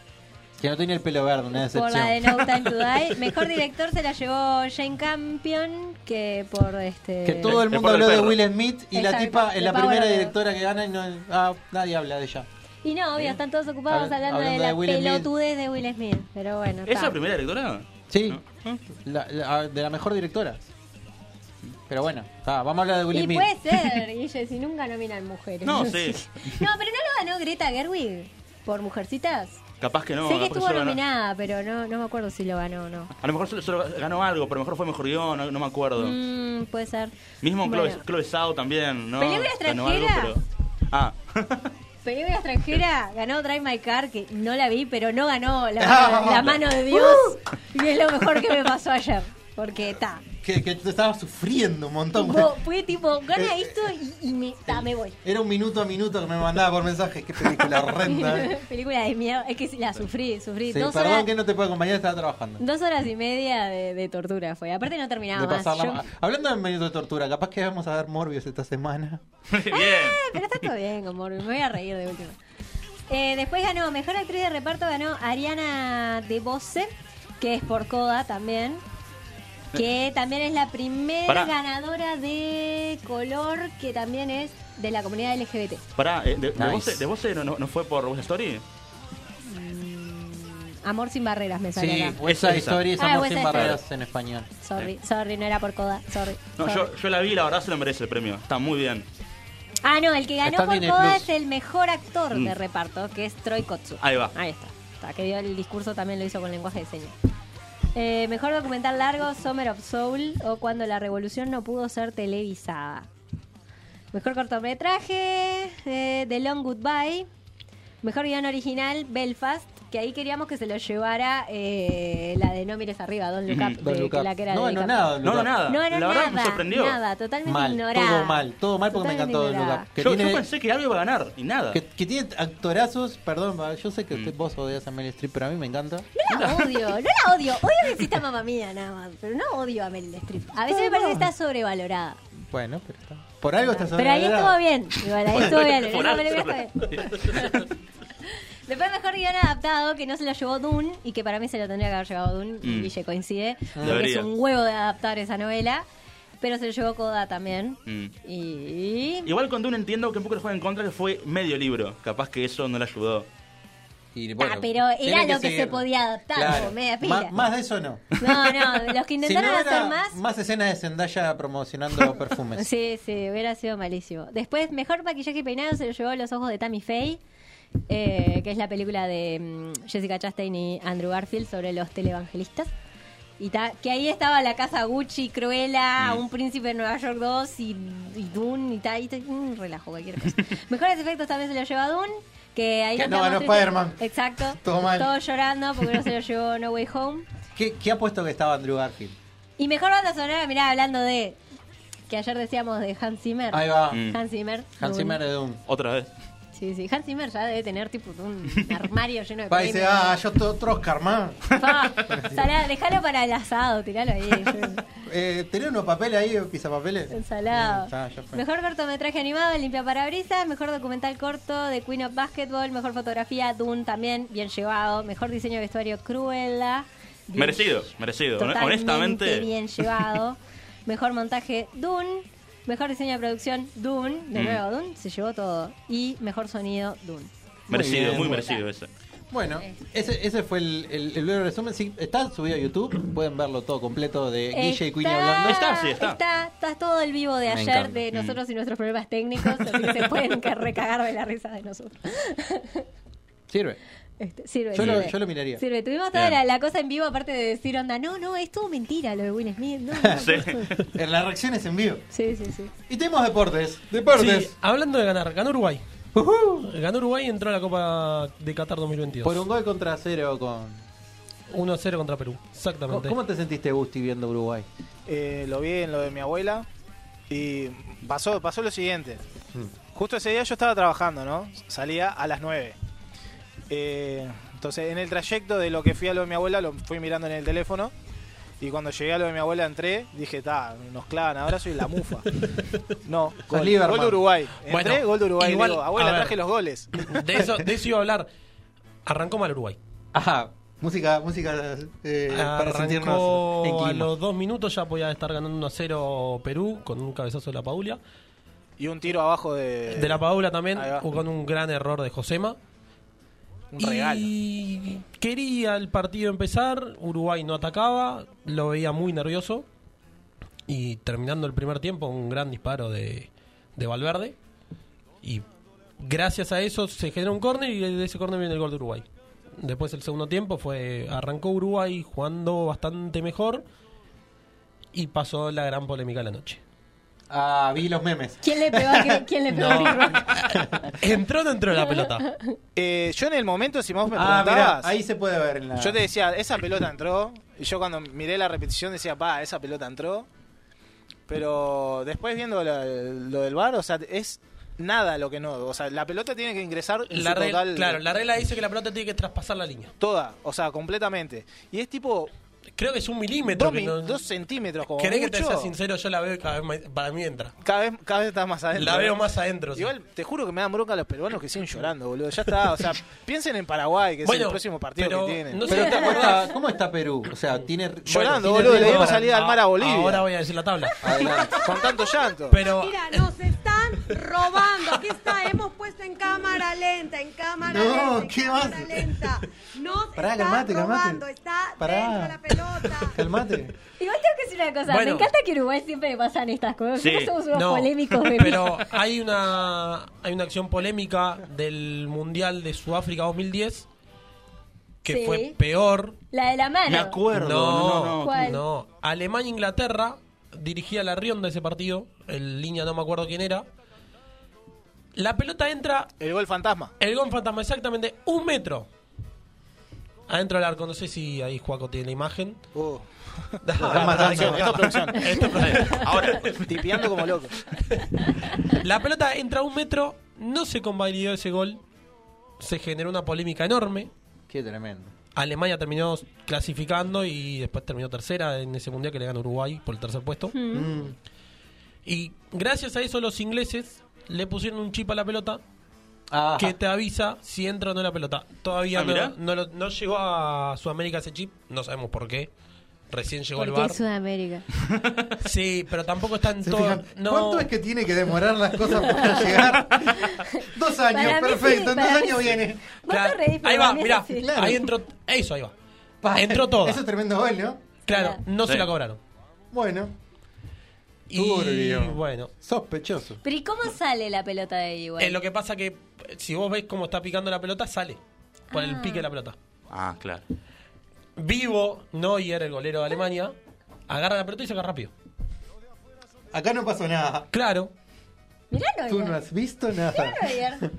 C: Que no tenía el pelo verde, una
D: Por
C: decepción.
D: la de No Time to Die. Mejor director se la llevó Jane Campion, que por este.
C: Que todo el
F: Le
C: mundo
F: pone el
C: habló de
F: perro.
C: Will Smith y la
D: Exacto,
C: tipa es
D: de
C: la
D: Power
C: primera
D: Rangers.
C: directora que gana y no, ah, nadie habla de ella.
D: Y no, obvio, están todos ocupados
C: Eh, Habla-
D: hablando,
C: hablando de
D: de
C: Will
D: la
C: Smith.
D: pelotudez de Will Smith. Pero bueno,
F: ¿Es
D: está. ¿Eh?
F: la primera directora?
C: Sí, la- la- ah, de la mejor directora. Pero bueno, está, vamos a hablar de Will
D: Y pues-
C: Smith.
D: puede ser, Guille, si nunca nominan mujeres.
C: No, sí.
D: No, pero no lo ganó Greta Gerwig por Mujercitas.
F: Capaz que no.
D: sé que
F: capaz que
D: estuvo
F: solo ganó-
D: nominada, pero no, no me acuerdo si lo ganó o no.
F: A lo mejor solo, solo ganó algo, pero a lo mejor fue mejor guión, no, no me acuerdo.
D: Mm, puede ser.
F: Mismo
D: Bueno.
F: Chloe, Chloe Zhao también, ¿no?
D: ¿Película
F: Ganó algo,
D: extranjera?
F: pero- Ah,
D: Película extranjera ganó Drive My Car, que no la vi, pero no ganó la,
C: Ah,
D: la
C: vamos.
D: mano de Dios.
C: Uh.
D: Y es lo mejor que me pasó ayer. Porque está.
C: Que, que te estaba sufriendo un montón.
D: Tipo, fui tipo,
C: Eh,
D: gana esto y, y me, ta, me voy.
C: Era un minuto a minuto que me mandaba por mensajes. Qué película horrenda. eh.
D: Película de miedo. Es que sí, la sufrí, sufrí.
C: Sí,
D: dos,
C: perdón
D: horas,
C: que no te puedo acompañar, estaba trabajando.
D: dos horas y media de, de tortura fue. Aparte no terminaba
C: De
D: más.
C: pasarla
D: Yo-
C: mal. Hablando de minuto de tortura, capaz que vamos a ver Morbius esta semana.
D: Eh, pero está todo bien con Morbius, me voy a reír de última. Eh, después ganó, mejor actriz de reparto ganó Ariana DeBose, que es por Coda también. Que también es la primera
F: Pará.
D: ganadora de color, que también es de la comunidad LGBT.
F: pará, eh, de, de
C: Nice.
F: vos, de vos, eh, no, no- no fue por Voz Story?
D: Amor sin barreras me salió.
C: Sí,
D: acá.
C: West Side
F: esa.
C: Story es
D: Ah,
C: Amor
D: West
C: sin
D: Side
C: barreras
D: Story.
C: en español.
D: Sorry, sorry, no era por coda. Sorry.
F: No,
D: sorry.
F: yo, yo la vi y la verdad se lo merece el premio. Está muy bien.
D: Ah, no, el que ganó
F: Está
D: por
F: bien el
D: coda
F: plus.
D: es el mejor actor
F: Mm.
D: de reparto, que es Troy Kotsu.
F: Ahí va.
D: Ahí está. Está, que dio el discurso también lo hizo con lenguaje de señas. Eh, mejor documental largo, Summer of Soul o Cuando la Revolución no pudo ser televisada. Mejor cortometraje, eh, The Long Goodbye. Mejor guión original, Belfast, que ahí queríamos que se lo llevara eh, la de No mires arriba, Don Look Up,
C: Ujú. Don't
D: de-
C: Look
D: que
C: Up.
D: la que era
C: No,
D: de
C: no,
D: DiCaprio.
C: nada, Ah, No, no, nada.
D: No, no,
F: La verdad, me
D: nada,
F: sorprendió.
D: Nada, totalmente
C: Mal,
D: ignorada.
C: todo mal, todo mal porque
D: Totalmente
C: me encantó
D: ignorada.
C: Don't Look Up. Que
F: Yo, yo
C: tiene-
F: pensé que algo iba a ganar y nada.
C: Que, que tiene actorazos, perdón, va, yo sé que usted, vos odias a Meryl Streep, pero a mí me encanta.
D: No la odio, no la odio. Odio que exista mamá mía nada más, pero no odio a Meryl Streep. A veces me parece que está sobrevalorada.
C: Bueno, pero está. Por algo está
D: Pero ahí estuvo
C: sobrevalorada.
D: bien. Igual, ahí estuvo bien. en
C: Por
D: esa
C: algo
D: película está bien. Después mejor guión adaptado que no se lo llevó Dune y que para mí se lo tendría que haber llevado Dune y
F: Mm.
D: Guille coincide. Porque
F: Debería.
D: es un huevo de adaptar esa novela. Pero se lo llevó Coda también.
F: Mm.
D: Y...
F: Igual con Dune entiendo que un poco le juega en contra que fue medio libro. Capaz que eso no le ayudó.
C: Y
D: Ah, pero era lo que, se podía adaptar,
C: Claro.
D: po, media pila.
C: Ma- más de eso no.
D: No, no, los que intentaron
C: Si no, era
D: hacer más
C: Más escenas de Zendaya promocionando perfumes.
D: Sí, sí, hubiera sido malísimo. Después, mejor maquillaje y peinado se lo llevó Los Ojos de Tammy Faye, eh, que es la película de mm, Jessica Chastain y Andrew Garfield sobre los televangelistas. Y ta- que ahí estaba la casa Gucci, Cruella, Un Príncipe de Nueva York 2 y, y Dune y tal. Y ta- mm, relajo, cualquier cosa. Mejores efectos también se lo lleva Dune. Que ahí
C: Que no
D: estamos
C: ganó
D: tristes.
C: Spider-Man.
D: Exacto.
C: Todo mal.
D: Todos llorando porque no se lo llevó No Way Home.
C: ¿Qué, ¿Qué apuesto que estaba Andrew Garfield?
D: Y mejor banda sonora, mirá, hablando de. Que ayer decíamos de Hans Zimmer.
C: Ahí va.
F: Mm.
D: Hans Zimmer.
C: Hans Zimmer de Doom.
F: Otra vez.
D: Sí, sí. Hans Zimmer ya debe tener tipo un armario lleno de
C: Va y dice,
D: premios.
C: ah, yo to- otro Oscar más.
D: Salá, dejalo para el asado, tiralo ahí. yo-
C: Eh, ¿Tenés unos papeles ahí, pisapapeles?
D: Ensalado.
C: Eh, ya, ya fue.
D: Mejor cortometraje animado, Limpia Parabrisas. Mejor documental corto, de Queen of Basketball. Mejor fotografía, Dune también, bien llevado. Mejor diseño de vestuario, Cruella. Bien
F: Merecido, merecido.
D: Totalmente
F: Honestamente.
D: bien llevado. Mejor montaje, Dune. Mejor diseño de producción, Dune. De
F: Mm.
D: nuevo, Dune. Se llevó todo. Y mejor sonido, Dune.
F: merecido,
C: bien.
F: muy merecido ese.
C: Bueno, ese, ese fue el, el, el breve resumen. Sí, está subido a YouTube, pueden verlo todo completo de Eh, Guille y Cuña hablando.
D: Está, Está, está todo el vivo de
C: Me
D: ayer
C: encanta. Mm.
D: de nosotros y nuestros problemas técnicos. Así que se pueden ca- recagar de la risa de nosotros.
C: Sirve.
D: Este, sirve,
C: Yo lo-
D: sirve.
C: yo lo miraría.
D: Sirve. Tuvimos toda
C: Bien.
D: la, la cosa en vivo, aparte de decir, onda, no, no, es todo mentira lo de Will Smith. No, no,
C: Sí. En las reacciones en vivo.
D: Sí, sí, sí.
C: Y tenemos deportes. Deportes.
E: Sí, hablando de ganar, ganó Uruguay. Ganó Uruguay y entró a la Copa de Qatar 2022.
C: Por un gol contra cero con...
E: 1-0 contra Perú.
C: ¿Cómo-
E: Exactamente.
C: ¿Cómo te sentiste, Gusti, viendo Uruguay?
I: Eh, lo vi en lo de mi abuela y pasó, pasó lo siguiente.
E: Mm.
I: Justo ese día yo estaba trabajando, ¿no? Salía a las 9. Eh, entonces, en el trayecto de lo que fui a lo de mi abuela, lo fui mirando en el teléfono. Y cuando llegué a lo de mi abuela entré, dije, ta, nos clavan, ahora soy la mufa. No,
E: Sos
I: gol,
E: Lieberman.
I: gol de Uruguay. Entré,
E: Bueno,
I: gol de Uruguay.
E: igual,
I: Igual, digo, abuela,
E: a ver.
I: traje los goles.
E: De eso, de eso iba a hablar. Arrancó mal Uruguay.
C: Ajá, música, música eh, para sentirnos en
E: Arrancó Ah, a
C: clima.
E: los dos minutos ya podía estar ganando 1 0 Perú con un cabezazo de la Paula.
I: Y un tiro abajo
C: Eh,
I: de...
E: De la Paula también,
I: Ahí va.
E: con un gran error de Josema.
I: Un
E: regalo. Quería el partido empezar, Uruguay no atacaba, lo veía muy nervioso. Y terminando el primer tiempo, un gran disparo de, de Valverde. Y gracias a eso se generó un córner y de ese córner viene el gol de Uruguay. Después el segundo tiempo fue arrancó Uruguay jugando bastante mejor y pasó la gran polémica de la noche.
C: Ah, vi los memes.
D: ¿Quién le pegó a qué- quién le pegó a
E: No.
D: qué gol?
E: ¿Entró o no entró la pelota?
I: Eh, yo en el momento, si vos me
C: Ah, mirá,
I: preguntabas...
C: ahí se puede ver en la...
I: Yo te decía, esa pelota entró. Y yo cuando miré la repetición decía, pa, esa pelota entró. Pero después viendo la- lo del bar, o sea, es nada lo que no. O sea, la pelota tiene que ingresar en
E: La
I: su
E: regla,
I: total-
E: claro, la regla dice que la pelota tiene que traspasar la línea.
I: Toda, o sea, completamente. Y es tipo.
E: Creo que es un milímetro.
I: Dos,
E: que
I: mi-
E: no-
I: dos centímetros como
E: ¿Querés que te
I: mucho.
E: sea sincero? Yo la veo y cada vez más- para mí entra.
I: Cada vez, cada vez está más adentro.
E: La veo
I: ¿eh?
E: más adentro, sí.
I: Igual, te juro que me dan bronca los peruanos que siguen llorando, boludo. Ya está, o sea, piensen en Paraguay, que es
E: Bueno,
I: el próximo partido
E: pero
I: que tienen.
E: no sé-
C: Pero ¿te acordás? ¿Cómo está Perú? O sea, tiene...
I: Llorando,
C: tiene
I: boludo, le
C: ritmo
I: dimos
C: para-
I: salida al mar a Bolivia.
E: Ah, Ahora voy a decir la tabla.
C: Adelante.
I: Con tanto llanto.
E: Pero
N: Mira, nos están Robando, aquí está, hemos puesto en cámara lenta, en cámara
C: No,
N: lenta. en
C: ¿qué
N: cámara
C: vas?
N: lenta. Nos
C: Pará,
N: está
C: calmate, calmate.
N: robando, está
C: Pará.
N: dentro de la pelota.
C: Calmate.
D: Igual tengo que decir una cosa,
E: Bueno.
D: me encanta que en Uruguay siempre le pasan estas cosas.
E: Sí.
D: Nosotros somos unos
E: No,
D: polémicos de
E: Pero hay una, hay una acción polémica del Mundial de Sudáfrica 2010 que
D: Sí.
E: fue peor.
D: La de la mano.
E: No, no, no.
D: ¿Cuál?
E: Alemania-Inglaterra dirigía la Rionda ese partido. El línea no me acuerdo quién era. La pelota entra.
I: El gol fantasma.
E: El gol fantasma, exactamente. Un metro. Adentro del arco. No sé si ahí Juaco tiene la imagen.
I: Oh. Lo están matando. Esto es producción.
E: Esto es producción. Ahora.
I: Tipeando como loco.
E: La pelota entra a un metro, no se convalidó ese gol, se generó una polémica enorme.
C: Qué tremendo.
E: Alemania terminó clasificando y después terminó tercera en ese mundial que le gana Uruguay por el tercer puesto.
D: Mm. Mm.
E: Y gracias a eso los ingleses le pusieron un chip a la pelota
C: Ah.
E: que te avisa si entra o no la pelota. Todavía
C: Ah,
E: no,
C: mirá.
E: no lo- no llegó a Sudamérica ese chip, no sabemos por qué. Recién llegó al
D: Porque
E: bar.
D: es Sudamérica.
E: Sí, pero tampoco está en
C: ¿Se
E: todo.
C: fijan?
E: No,
C: ¿Cuánto es que tiene que demorar las cosas para llegar? Dos años,
D: Para mí sí,
C: perfecto. en dos
D: para mí
C: años
D: sí.
C: viene.
E: Claro,
D: te reís, pero
E: ahí
D: para
E: va,
D: mí es
E: mirá.
D: así.
E: Ahí entró. Eso, ahí va. entró todo.
C: Eso es tremendo gol, ¿no?
E: Claro, no
C: Sí.
E: se la cobraron.
C: Bueno.
E: Y
C: Turbio.
E: bueno.
C: Sospechoso.
D: Pero ¿y cómo sale la pelota de ahí, igual?
E: Eh, lo que pasa que eh, si vos ves cómo está picando la pelota, sale. Por el
D: Ah.
E: pique de la pelota.
F: Ah, claro.
E: Vivo, Neuer, el golero de Alemania, agarra la pelota y saca rápido.
C: Acá no pasó nada.
E: Claro.
D: Mirá,
C: Tú
D: Neuer.
C: no has visto nada.
D: Mirá, Neuer.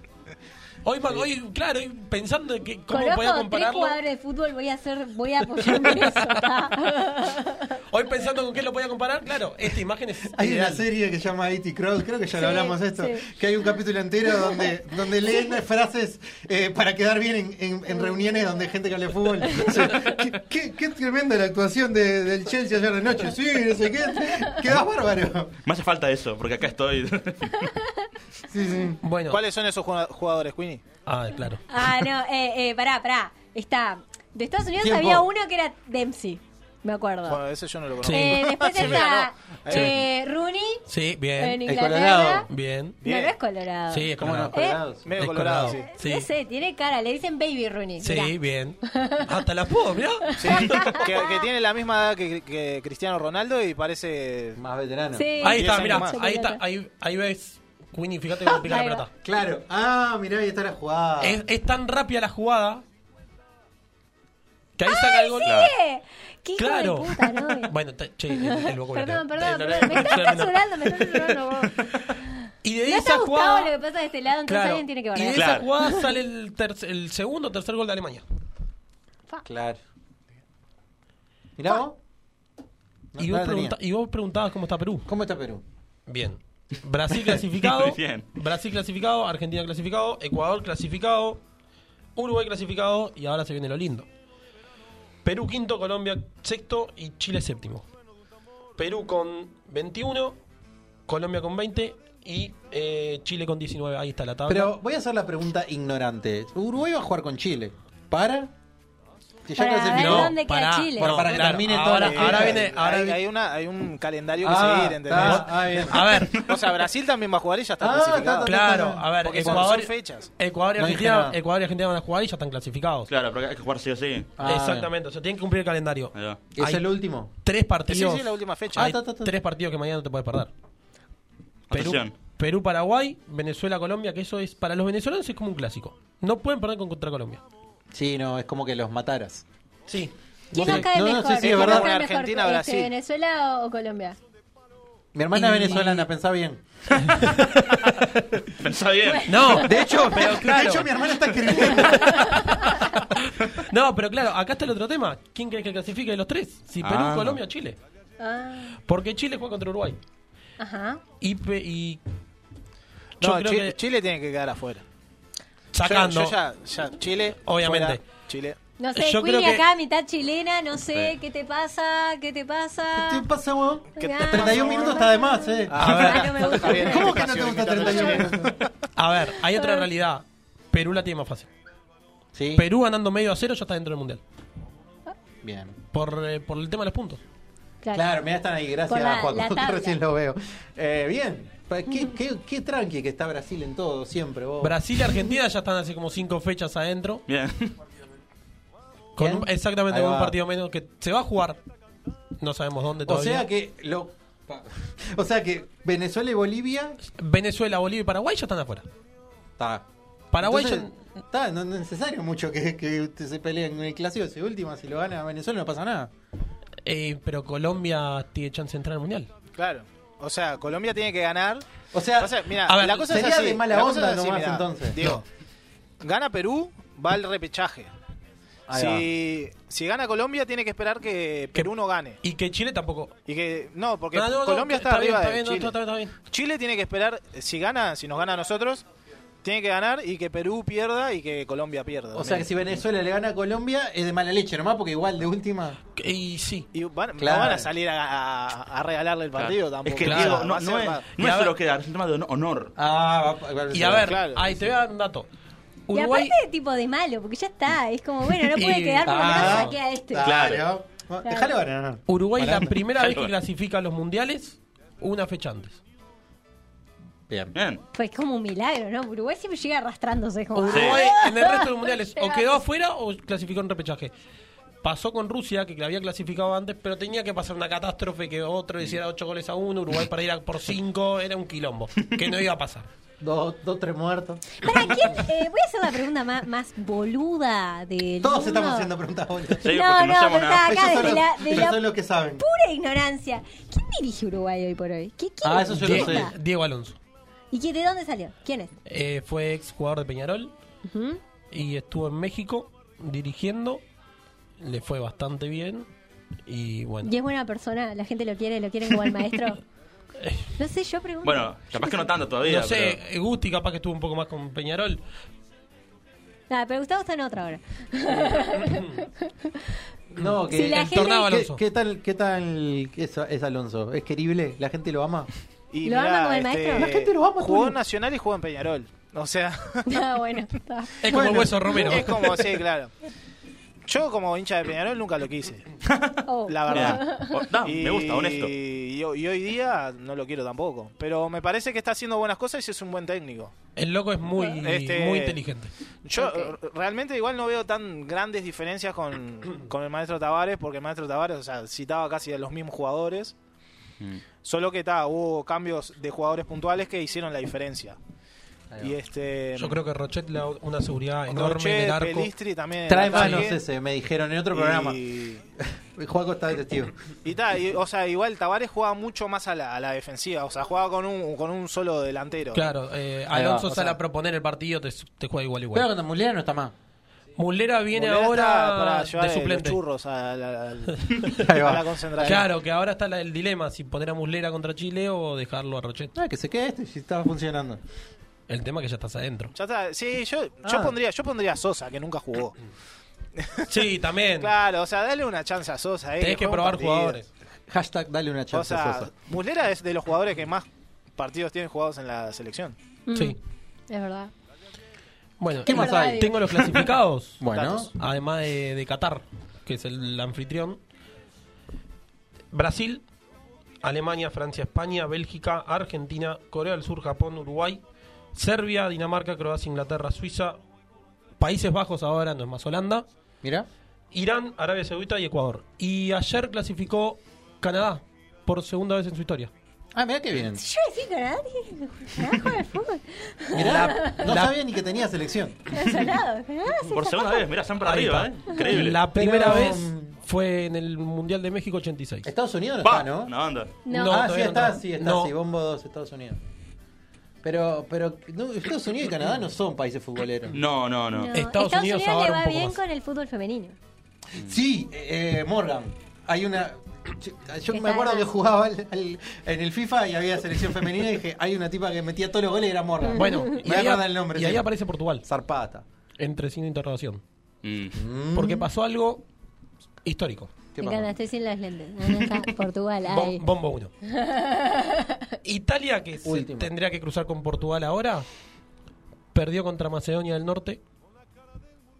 E: Hoy, ma- hoy, claro, hoy pensando en que cómo podía
D: Conozco tres
E: compararlo.
D: jugadores de fútbol, voy a hacer, voy a apoyarme en eso.
E: Hoy pensando con qué lo podía comparar, claro, esta imagen es
C: Hay una
E: ideal.
C: serie que se llama IT Crowd, creo que ya lo
E: Sí,
C: hablamos esto,
E: sí.
C: que hay un capítulo entero donde, donde leen frases eh, para quedar bien en, en- en reuniones donde hay gente que habla de fútbol. O sea, qué, qué- qué tremenda la actuación de- del Chelsea ayer de noche. Sí, no sé qué. Quedás bárbaro.
F: Me hace falta eso, porque acá estoy.
E: Bueno.
I: ¿Cuáles son esos jugado- jugadores, Queenie?
E: Ah, claro.
D: Ah, no, eh, eh, pará, pará. Está. De Estados Unidos
I: Tiempo.
D: había uno que era Dempsey, me acuerdo.
I: Bueno, ese yo no lo conozco.
D: Eh, después
I: Se me
D: está
I: ganó. Ahí
D: eh, Rooney.
E: Sí, bien.
D: En Inglaterra. El Colorado.
E: Bien.
D: No, no es colorado.
E: Sí, es colorado.
D: ¿Eh? Colorado,
I: Medio
E: Es
I: colorado,
E: Sí,
D: Ese tiene cara, le dicen Baby Rooney.
E: Sí,
D: mirá.
E: bien. Hasta la puedo, mirá.
I: Sí, que, que tiene la misma edad que, que Cristiano Ronaldo y parece
C: más veterano.
D: Sí.
E: Ahí está,
I: 10
E: mirá.
I: años más.
E: Ahí está, ahí, ahí ves. Winnie, fíjate cómo pica la
C: Ahí va.
E: pelota.
C: Claro. Ah, mirá, ahí está la jugada.
E: Es, es tan rápida la jugada que ahí saca el gol.
D: ¡Eh! ¡Qué hijo
E: Claro.
D: de puta, no!
E: Bueno, te- che, el, el vocabulario.
D: Perdón, perdón,
E: Eh,
D: perdón. Me estás
E: no, no, no.
D: censurando, me estás censurando vos.
E: Y de
D: No
E: esa
D: está Gustavo
E: jugada.
D: lo que pasa de este lado, entonces
E: claro,
D: alguien tiene que
E: y de
D: barrer.
E: esa jugada sale el, terc- el segundo o tercer gol de Alemania.
C: Claro. Mirá
E: y,
C: vos. no
E: vos
C: la tenía.
E: pregunta- y vos preguntabas cómo está Perú.
C: ¿Cómo está Perú?
E: Bien. Brasil clasificado.
F: Bien.
E: Brasil clasificado, Argentina clasificado, Ecuador clasificado, Uruguay clasificado y ahora se viene lo lindo. Perú quinto, Colombia sexto y Chile séptimo. Perú con 21, Colombia con 20 y eh, Chile con 19. Ahí está la tabla.
C: Pero voy a hacer la pregunta ignorante. Uruguay va a jugar con Chile. ¿Para? Que ya
D: Para ver
C: clasificó.
D: dónde queda
C: Pará,
D: Chile.
C: por-
D: No,
C: para que
E: claro,
C: termine todo.
E: ahora-
C: el-
E: ahora viene- ahora
I: eh, hay,
E: viene-
I: hay una, hay un calendario que
C: Ah,
I: seguir, ¿entendés?
C: está, ah, bien.
E: A ver.
I: O sea, Brasil también va a jugar y ya está
C: Ah,
I: clasificado.
E: Claro, a ver,
I: Porque son-
E: Ecuador,
I: son fechas.
E: Ecuador, y
F: No dije
E: Argentina,
F: nada.
E: Ecuador y Argentina van a jugar y ya están clasificados.
F: Claro, pero acá hay que jugar sí o sí.
E: Exactamente, o sea, tienen que cumplir el calendario.
F: Ahí va.
C: ¿Es
E: Hay
C: el último?
E: Tres partidos.
I: Sí, sí, la última fecha.
E: Hay
I: Ah, ta, ta, ta.
E: Tres partidos que mañana no te puedes perder. Perú,
F: Atención.
E: Perú, Paraguay, Venezuela, Colombia, que eso es para los venezolanos es como un clásico. No pueden perder con- contra Colombia.
C: Sí, no, es como que los mataras.
E: Sí.
D: ¿Quién
C: Sí.
D: nos cae
C: No, no,
D: mejor?
C: sí, sí, es
D: ¿Quién nos
C: verdad.
D: cae mejor,
C: Argentina,
D: este,
C: Brasil.
D: ¿Venezuela o, o Colombia?
C: Mi hermana
E: Y-
C: es venezolana, pensá bien.
F: Pensá bien.
E: No,
C: De hecho,
E: pero claro.
C: de hecho mi hermana está escribiendo.
E: No, pero claro, acá está el otro tema. ¿Quién crees que clasifique de los tres? Si Perú,
F: Ah.
E: Colombia o Chile.
D: Ah,
E: Porque Chile juega contra Uruguay.
D: ajá.
E: Y, pe- y yo
I: No,
E: creo
I: Chile,
E: que
I: Chile tiene que quedar afuera. Yo-
E: sacando.
I: Yo, ya, ya, Chile.
E: Obviamente.
I: fuera, Chile.
D: No sé,
E: Yo creo
D: Queenie
E: que-
D: acá, mitad chilena, no sé, ¿qué te pasa? ¿Qué te pasa?
C: ¿Qué pasa, weón?
I: ¿Qué te
D: Ah,
I: pasa,
C: 31
I: weón?
C: minutos está de más, eh.
E: A ver.
D: Ah, no me gusta.
C: ¿Cómo que no te gusta 31 minutos?
E: A ver, hay otra realidad. Perú la tiene más fácil.
C: Sí.
E: Perú ganando medio a cero ya está dentro del mundial.
C: Bien.
E: Por, eh, por el tema de los puntos.
C: Claro, mira, están ahí, gracias,
D: Por la-
C: Juan.
D: la tabla.
C: Recién lo veo. Eh, bien. Pa- ¿Qué, qué, qué tranqui que está Brasil en todo, siempre vos.
E: Brasil y Argentina ya están hace como cinco fechas adentro.
F: Bien.
E: Con un- exactamente
C: Ahí
E: con un
C: va.
E: partido menos que se va a jugar. No sabemos dónde
C: O
E: todavía.
C: sea que lo. pa- O sea que Venezuela y Bolivia.
E: Venezuela, Bolivia y Paraguay ya están afuera.
C: Está.
E: Paraguay
C: Entonces, está, no no es necesario mucho que, que ustedes se peleen en el clásico. Si última, si lo gana Venezuela, no pasa nada.
E: ya- eh, pero Colombia tiene chance de entrar al mundial.
I: Claro. O sea, Colombia tiene que ganar.
C: O sea,
I: mira,
E: a ver,
I: la cosa es
E: sería
I: así,
E: de mala
I: la cosa
E: onda
I: es así,
E: nomás,
I: mirá.
E: entonces.
I: Digo, gana Perú, va al repechaje. Si, si gana Colombia, tiene que esperar que Perú no gane.
E: Y que Chile tampoco.
I: Y que no, porque
E: Ah, no, no,
I: Colombia está,
E: está bien,
I: arriba
E: está
I: de
E: bien, no,
I: Chile.
E: está bien,
I: Chile tiene que esperar, si gana, si nos gana a nosotros, tiene que ganar y que Perú pierda y que Colombia pierda.
C: O sea que si Venezuela le gana a Colombia, es de mala leche nomás, porque igual de última.
E: Y sí.
I: Y van,
C: Claro.
I: No van a salir a, a- a regalarle el partido
F: Claro.
I: tampoco.
F: Es que
I: O sea,
F: Diego,
I: va
F: no,
I: a
F: no
I: ser
F: es,
I: más-
F: no es solo quedar, es un tema de honor.
C: Ah,
E: Y a ver, ahí te voy a dar un dato. Uruguay.
D: Y aparte, tipo de malo, porque ya está. Es como, bueno, no puede
E: Y-
D: quedar por lo menos
E: Ah,
D: saqué a este.
E: claro.
D: Claro.
C: Déjalo ganar.
E: Uruguay la
C: Parando.
E: primera vez que
C: Déjalo.
E: clasifica a los mundiales una fecha antes.
C: Bien.
D: Fue como un milagro, ¿no? Uruguay siempre llega arrastrándose. Como,
E: Uruguay
D: ¡Ah!
E: en el resto de los mundiales o
D: Llegamos.
E: quedó afuera o clasificó en repechaje. Pasó con Rusia, que la había clasificado antes, pero tenía que pasar una catástrofe que otro hiciera 8 goles a uno, Uruguay para ir a por 5, era un quilombo, que no iba a pasar.
C: Dos, dos, tres muertos.
D: ¿Para quién? Eh, voy a hacer la pregunta más, más boluda del
C: Todos
D: mundo.
C: estamos haciendo preguntas boludas.
D: Sí, No, porque no no, sabemos pero nada. está acá
C: Ellos son los-
D: desde la- de
C: ellos
D: la-
C: son los que saben.
D: Pura ignorancia. ¿Quién dirige Uruguay hoy por hoy? ¿Qué, quién
C: Ah, eso yo lo
E: Die-
C: sé.
E: Diego Alonso.
D: ¿Y qué, de dónde salió? ¿Quién es?
E: Eh, fue ex jugador de Peñarol
D: Ujú.
E: y estuvo en México dirigiendo. Le fue bastante bien. Y bueno.
D: ¿Y es buena persona? ¿La gente lo quiere? ¿Lo quieren como al maestro? No sé, yo pregunto.
F: Bueno, capaz que no tanto todavía.
E: No sé, eh, Gusti capaz que estuvo un poco más con Peñarol.
D: Nada, Ah, pero Gustavo está en otra ahora.
C: No, que
D: Si la gente-
E: Tornado
C: ¿Qué-
E: Alonso.
C: ¿Qué, tal, qué tal es, es Alonso? ¿Es querible? ¿La gente lo ama?
I: Y
D: ¿Lo
I: mirá, este,
D: ama como el maestro?
C: La gente lo ama,
I: Jugó
C: Tulio.
I: en Nacional y jugó en Peñarol. O sea.
D: Ah, bueno, está.
E: Es como
I: Bueno,
E: Hueso Romero.
I: Es como, sí, claro. Yo como hincha de Peñarol nunca lo quise.
D: Oh.
I: La verdad.
F: Mirá. Oh, no, me gusta, honesto.
I: Y, y hoy día no lo quiero tampoco. Pero me parece que está haciendo buenas cosas y es un buen técnico.
E: El loco es muy,
I: Este-
E: muy inteligente.
I: Yo eh, realmente igual no veo tan grandes diferencias con, con el maestro Tavares, porque el maestro Tavares, o sea, citaba casi a los mismos jugadores. Solo que ta, hubo cambios de jugadores puntuales que hicieron la diferencia. Y este.
E: Yo creo que Rochet le da una seguridad enorme
I: Rochet,
E: en el arco.
I: Pelistri también.
C: Trae
I: Ataque.
C: manos ese, me dijeron en otro programa.
I: Y-
C: Juaco está de testigo.
I: Y ta, y, o sea, igual Tavares jugaba mucho más a la, a la defensiva, o sea, jugaba con un, con un solo delantero.
E: Claro, eh,
I: Ahí
E: Alonso
I: va, o
E: sale
I: sea-
E: a proponer el partido, te, te juega igual igual.
C: Pero cuando Mulera no está más.
E: Mulera viene
I: Molera está
E: ahora
I: para llevar
E: de
I: los
E: suplente.
I: churros a la, al-
C: Ahí
I: a
C: va.
I: la concentración.
E: Claro, que ahora está la- el dilema, si poner a Muslera contra Chile o dejarlo a Rochet.
C: Ah, que se quede este, si estaba funcionando.
E: El tema es que ya estás adentro.
I: Ya está, sí, yo, yo
C: Ah.
I: pondría, yo pondría a Sosa, que nunca jugó.
E: Sí, también.
I: Claro, o sea, dale una chance a Sosa. eh,
E: Tenés que
I: juega un
E: probar
I: partido.
E: jugadores.
C: Hashtag dale una
I: O
C: chance a
I: sea,
C: Sosa.
I: Muslera es de los jugadores que más partidos tienen jugados en la selección.
E: Sí.
D: Es verdad.
E: Bueno,
D: Mm. ¿Qué más Verdad, hay?
E: Tengo los clasificados.
C: Bueno.
E: Datos. Además de, de Qatar, que es el anfitrión. Brasil, Alemania, Francia, España, Bélgica, Argentina, Corea del Sur, Japón, Uruguay, Serbia, Dinamarca, Croacia, Inglaterra, Suiza, Países Bajos ahora, no es más Holanda.
C: Mira.
E: Irán, Arabia Saudita y Ecuador. Y ayer clasificó Canadá por segunda vez en su historia.
C: Ah, mira qué bien.
D: Si yo decía que nadie nadie juega al fútbol.
C: Mirá, no
E: la-
C: sabía ni que tenía selección.
D: No es al lado. Ah, sí,
F: Por
D: está
F: segunda
D: jugando.
F: vez, mirá, están para
E: Ahí
F: arriba, ¿eh?
E: está.
F: Increíble.
E: La primera
C: Pero-
E: vez fue en el Mundial de México 86.
C: Estados Unidos no
F: Va,
C: está, ¿no?
F: una banda.
E: No.
C: ah, sí
E: todavía no
C: está,
E: está.
C: sí está,
E: No.
C: sí, Bombo 2, Estados Unidos. Pero, pero no, Estados Unidos y Canadá no son países futboleros.
F: No, no, no.
D: No,
E: Estados Unidos ahora
D: le
E: un
D: va
E: poco
D: bien
E: más.
D: con el fútbol femenino.
C: Sí, eh, Morgan. Hay una. Yo me
D: Está
C: acuerdo que
D: además.
C: jugaba al- al- en el FIFA y había selección femenina y dije, hay una tipa que metía todos los goles y era Morgan.
E: Bueno,
C: me
E: y
C: voy a
E: ahí,
C: acordar el nombre.
E: y ahí
C: sí.
E: aparece Portugal.
C: Zarpata.
E: Entre signo de interrogación.
F: Mm.
E: Porque pasó algo histórico.
D: Me encanta, estoy sin las lentes. Ahí está, Portugal,
E: Bom-
D: ahí.
E: bombo 1. Italia, que se
C: Último.
E: tendría que cruzar con Portugal ahora, perdió contra Macedonia del Norte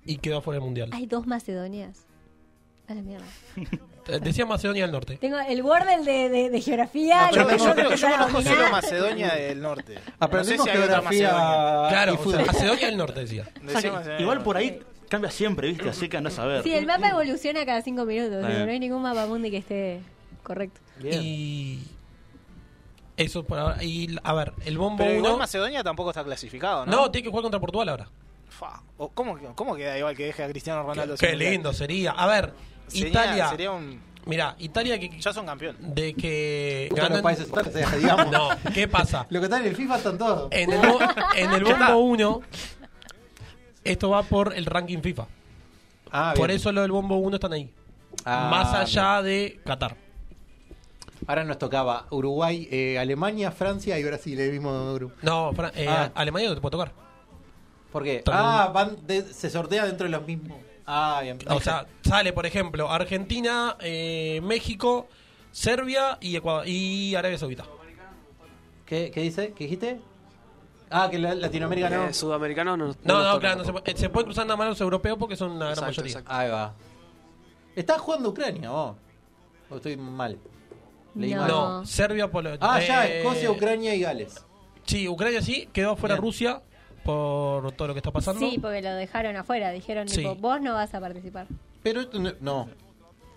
E: y quedó fuera del Mundial.
D: Hay dos Macedonias. A la mierda.
E: Eh, Decía Macedonia del Norte.
D: Tengo el Word del de, de, de geografía.
I: Ah, Yo,
D: lo
I: yo
D: tengo
I: creo- yo
D: empezado a
I: conozco solo
D: dominar.
I: Macedonia del Norte.
C: Aprendimos
I: no sé si hay otra
C: geografía
I: Macedonia. eh,
F: Claro,
C: y fútbol.
F: Macedonia del Norte decía.
I: Decía Macedonia.
F: Igual por ahí cambia siempre, ¿viste? Así que andás a ver.
D: Sí, el mapa evoluciona cada cinco minutos.
F: Está
D: digo,
F: bien.
D: no hay ningún mapa mundi que esté correcto.
E: Y. Eso por ahora. Y, a ver, el bombo
I: Pero igual
E: 1.
I: Macedonia tampoco está clasificado,
E: No,
I: ¿no?
E: tiene que jugar contra Portugal ahora.
I: Fa, o- ¿Cómo, ¿Cómo queda igual que deje a Cristiano Ronaldo?
E: Qué
I: sin mundial?
E: lindo sería. A ver,
I: Ah, Sería-
E: Italia.
I: Sería un...
E: Mira, Italia que.
I: Ya son campeones.
E: De que.
C: Todos los países terceros, digamos.
E: No, Eh, ¿qué pasa?
C: Lo que está en el FIFA están todos.
E: En el, bo- en el bombo 1, esto va por el ranking FIFA.
C: Ah,
E: por
C: bien.
E: eso lo del bombo 1 están ahí.
C: Ah,
E: Más allá de Qatar.
C: Ahora nos tocaba Uruguay, eh, Alemania, Francia y Brasil, el mismo grupo.
E: No, Fra- eh,
C: Ah.
E: Alemania no te puede tocar.
C: ¿Por qué?
E: Tan-
C: Ah, van de- se sortea dentro de los mismos. Ah, bien.
E: O sea, sale, por ejemplo, Argentina, eh, México, Serbia y, Ecua- y Arabia Saudita.
C: ¿Qué, qué dice? ¿Qué dijiste? Ah, que la- Latinoamérica no.
G: Eh, sudamericanos no.
E: No,
G: nos
E: no,
G: toca
E: claro, no se,
G: tampoco.
E: puede- eh, se pueden cruzar nada más los europeos porque son la gran
G: Exacto,
E: mayoría.
G: exacto.
C: Ahí va. ¿Estás jugando Ucrania vos? ¿O estoy mal? Leí
E: No,
C: mal.
E: Serbia, Polonia.
C: Ah, ya,
E: Eh.
C: Escocia, Ucrania y Gales.
E: Sí, Ucrania sí, quedó afuera Rusia por todo lo que está pasando.
D: Sí, porque lo dejaron afuera. Dijeron,
E: Sí.
D: tipo, vos no vas a participar.
C: Pero esto no. no.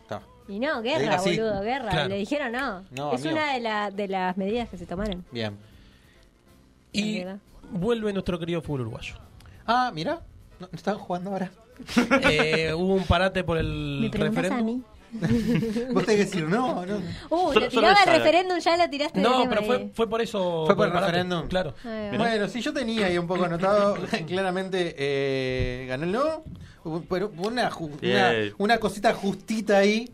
C: Está.
D: Y no, guerra,
C: Así.
D: boludo, guerra.
C: Claro.
D: Le dijeron no.
C: No,
D: es
C: amigo.
D: una de, la- de las medidas que se tomaron.
C: Bien.
E: y vuelve nuestro querido fútbol uruguayo.
C: Ah, mira. No, están jugando ahora.
E: Eh, hubo un parate por el
D: ¿Me preguntás a
E: referéndum.
D: mí?
C: Vos tenés que decir, no, no.
E: Solo-
D: Uh, lo
E: solo
D: tiraba el
E: esa.
D: referéndum, ya lo tiraste. del
E: No,
D: tema
E: pero
D: ahí.
E: fue, fue por eso.
C: Fue por el
E: parate,
C: referéndum. Ah.
E: Claro.
D: Ahí va.
C: Bueno, si yo tenía ahí un poco anotado, claramente eh, ganó el no, pero hubo una, ju- una,
F: Bien.
C: una cosita justita ahí.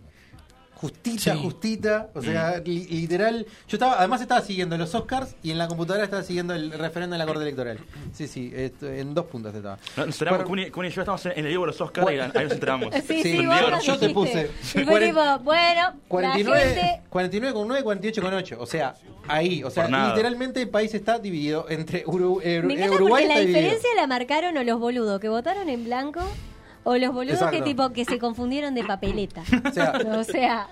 C: Justita,
E: Sí.
C: justita. O sea,
F: Mm.
C: li- literal. Yo estaba, además estaba siguiendo los Oscars y en la computadora estaba siguiendo el referéndum de la Corte Electoral. Sí, sí, esto- en dos puntos estaba.
F: No, nos enteramos, Cuni, Cuni y yo estamos en el libro de los Oscars y ahí nos enteramos.
D: Sí, sí,
C: Sí,
D: vos
C: yo-
D: nos
C: yo te
D: dijiste.
C: puse.
D: Y fue
C: Cuaren-
D: tipo, bueno, la
C: 49,
D: gente...
C: 49 con 9, 48 con 8. O sea, ahí. O sea,
F: Por nada.
C: literalmente el país está dividido entre Uru- eh,
D: Me encanta
C: Uruguay.
D: porque la
C: está dividido.
D: diferencia la marcaron o los boludos que votaron en blanco o los boludos que
C: Exacto.
D: tipo que se confundieron de papeleta.
C: O sea,
D: o sea,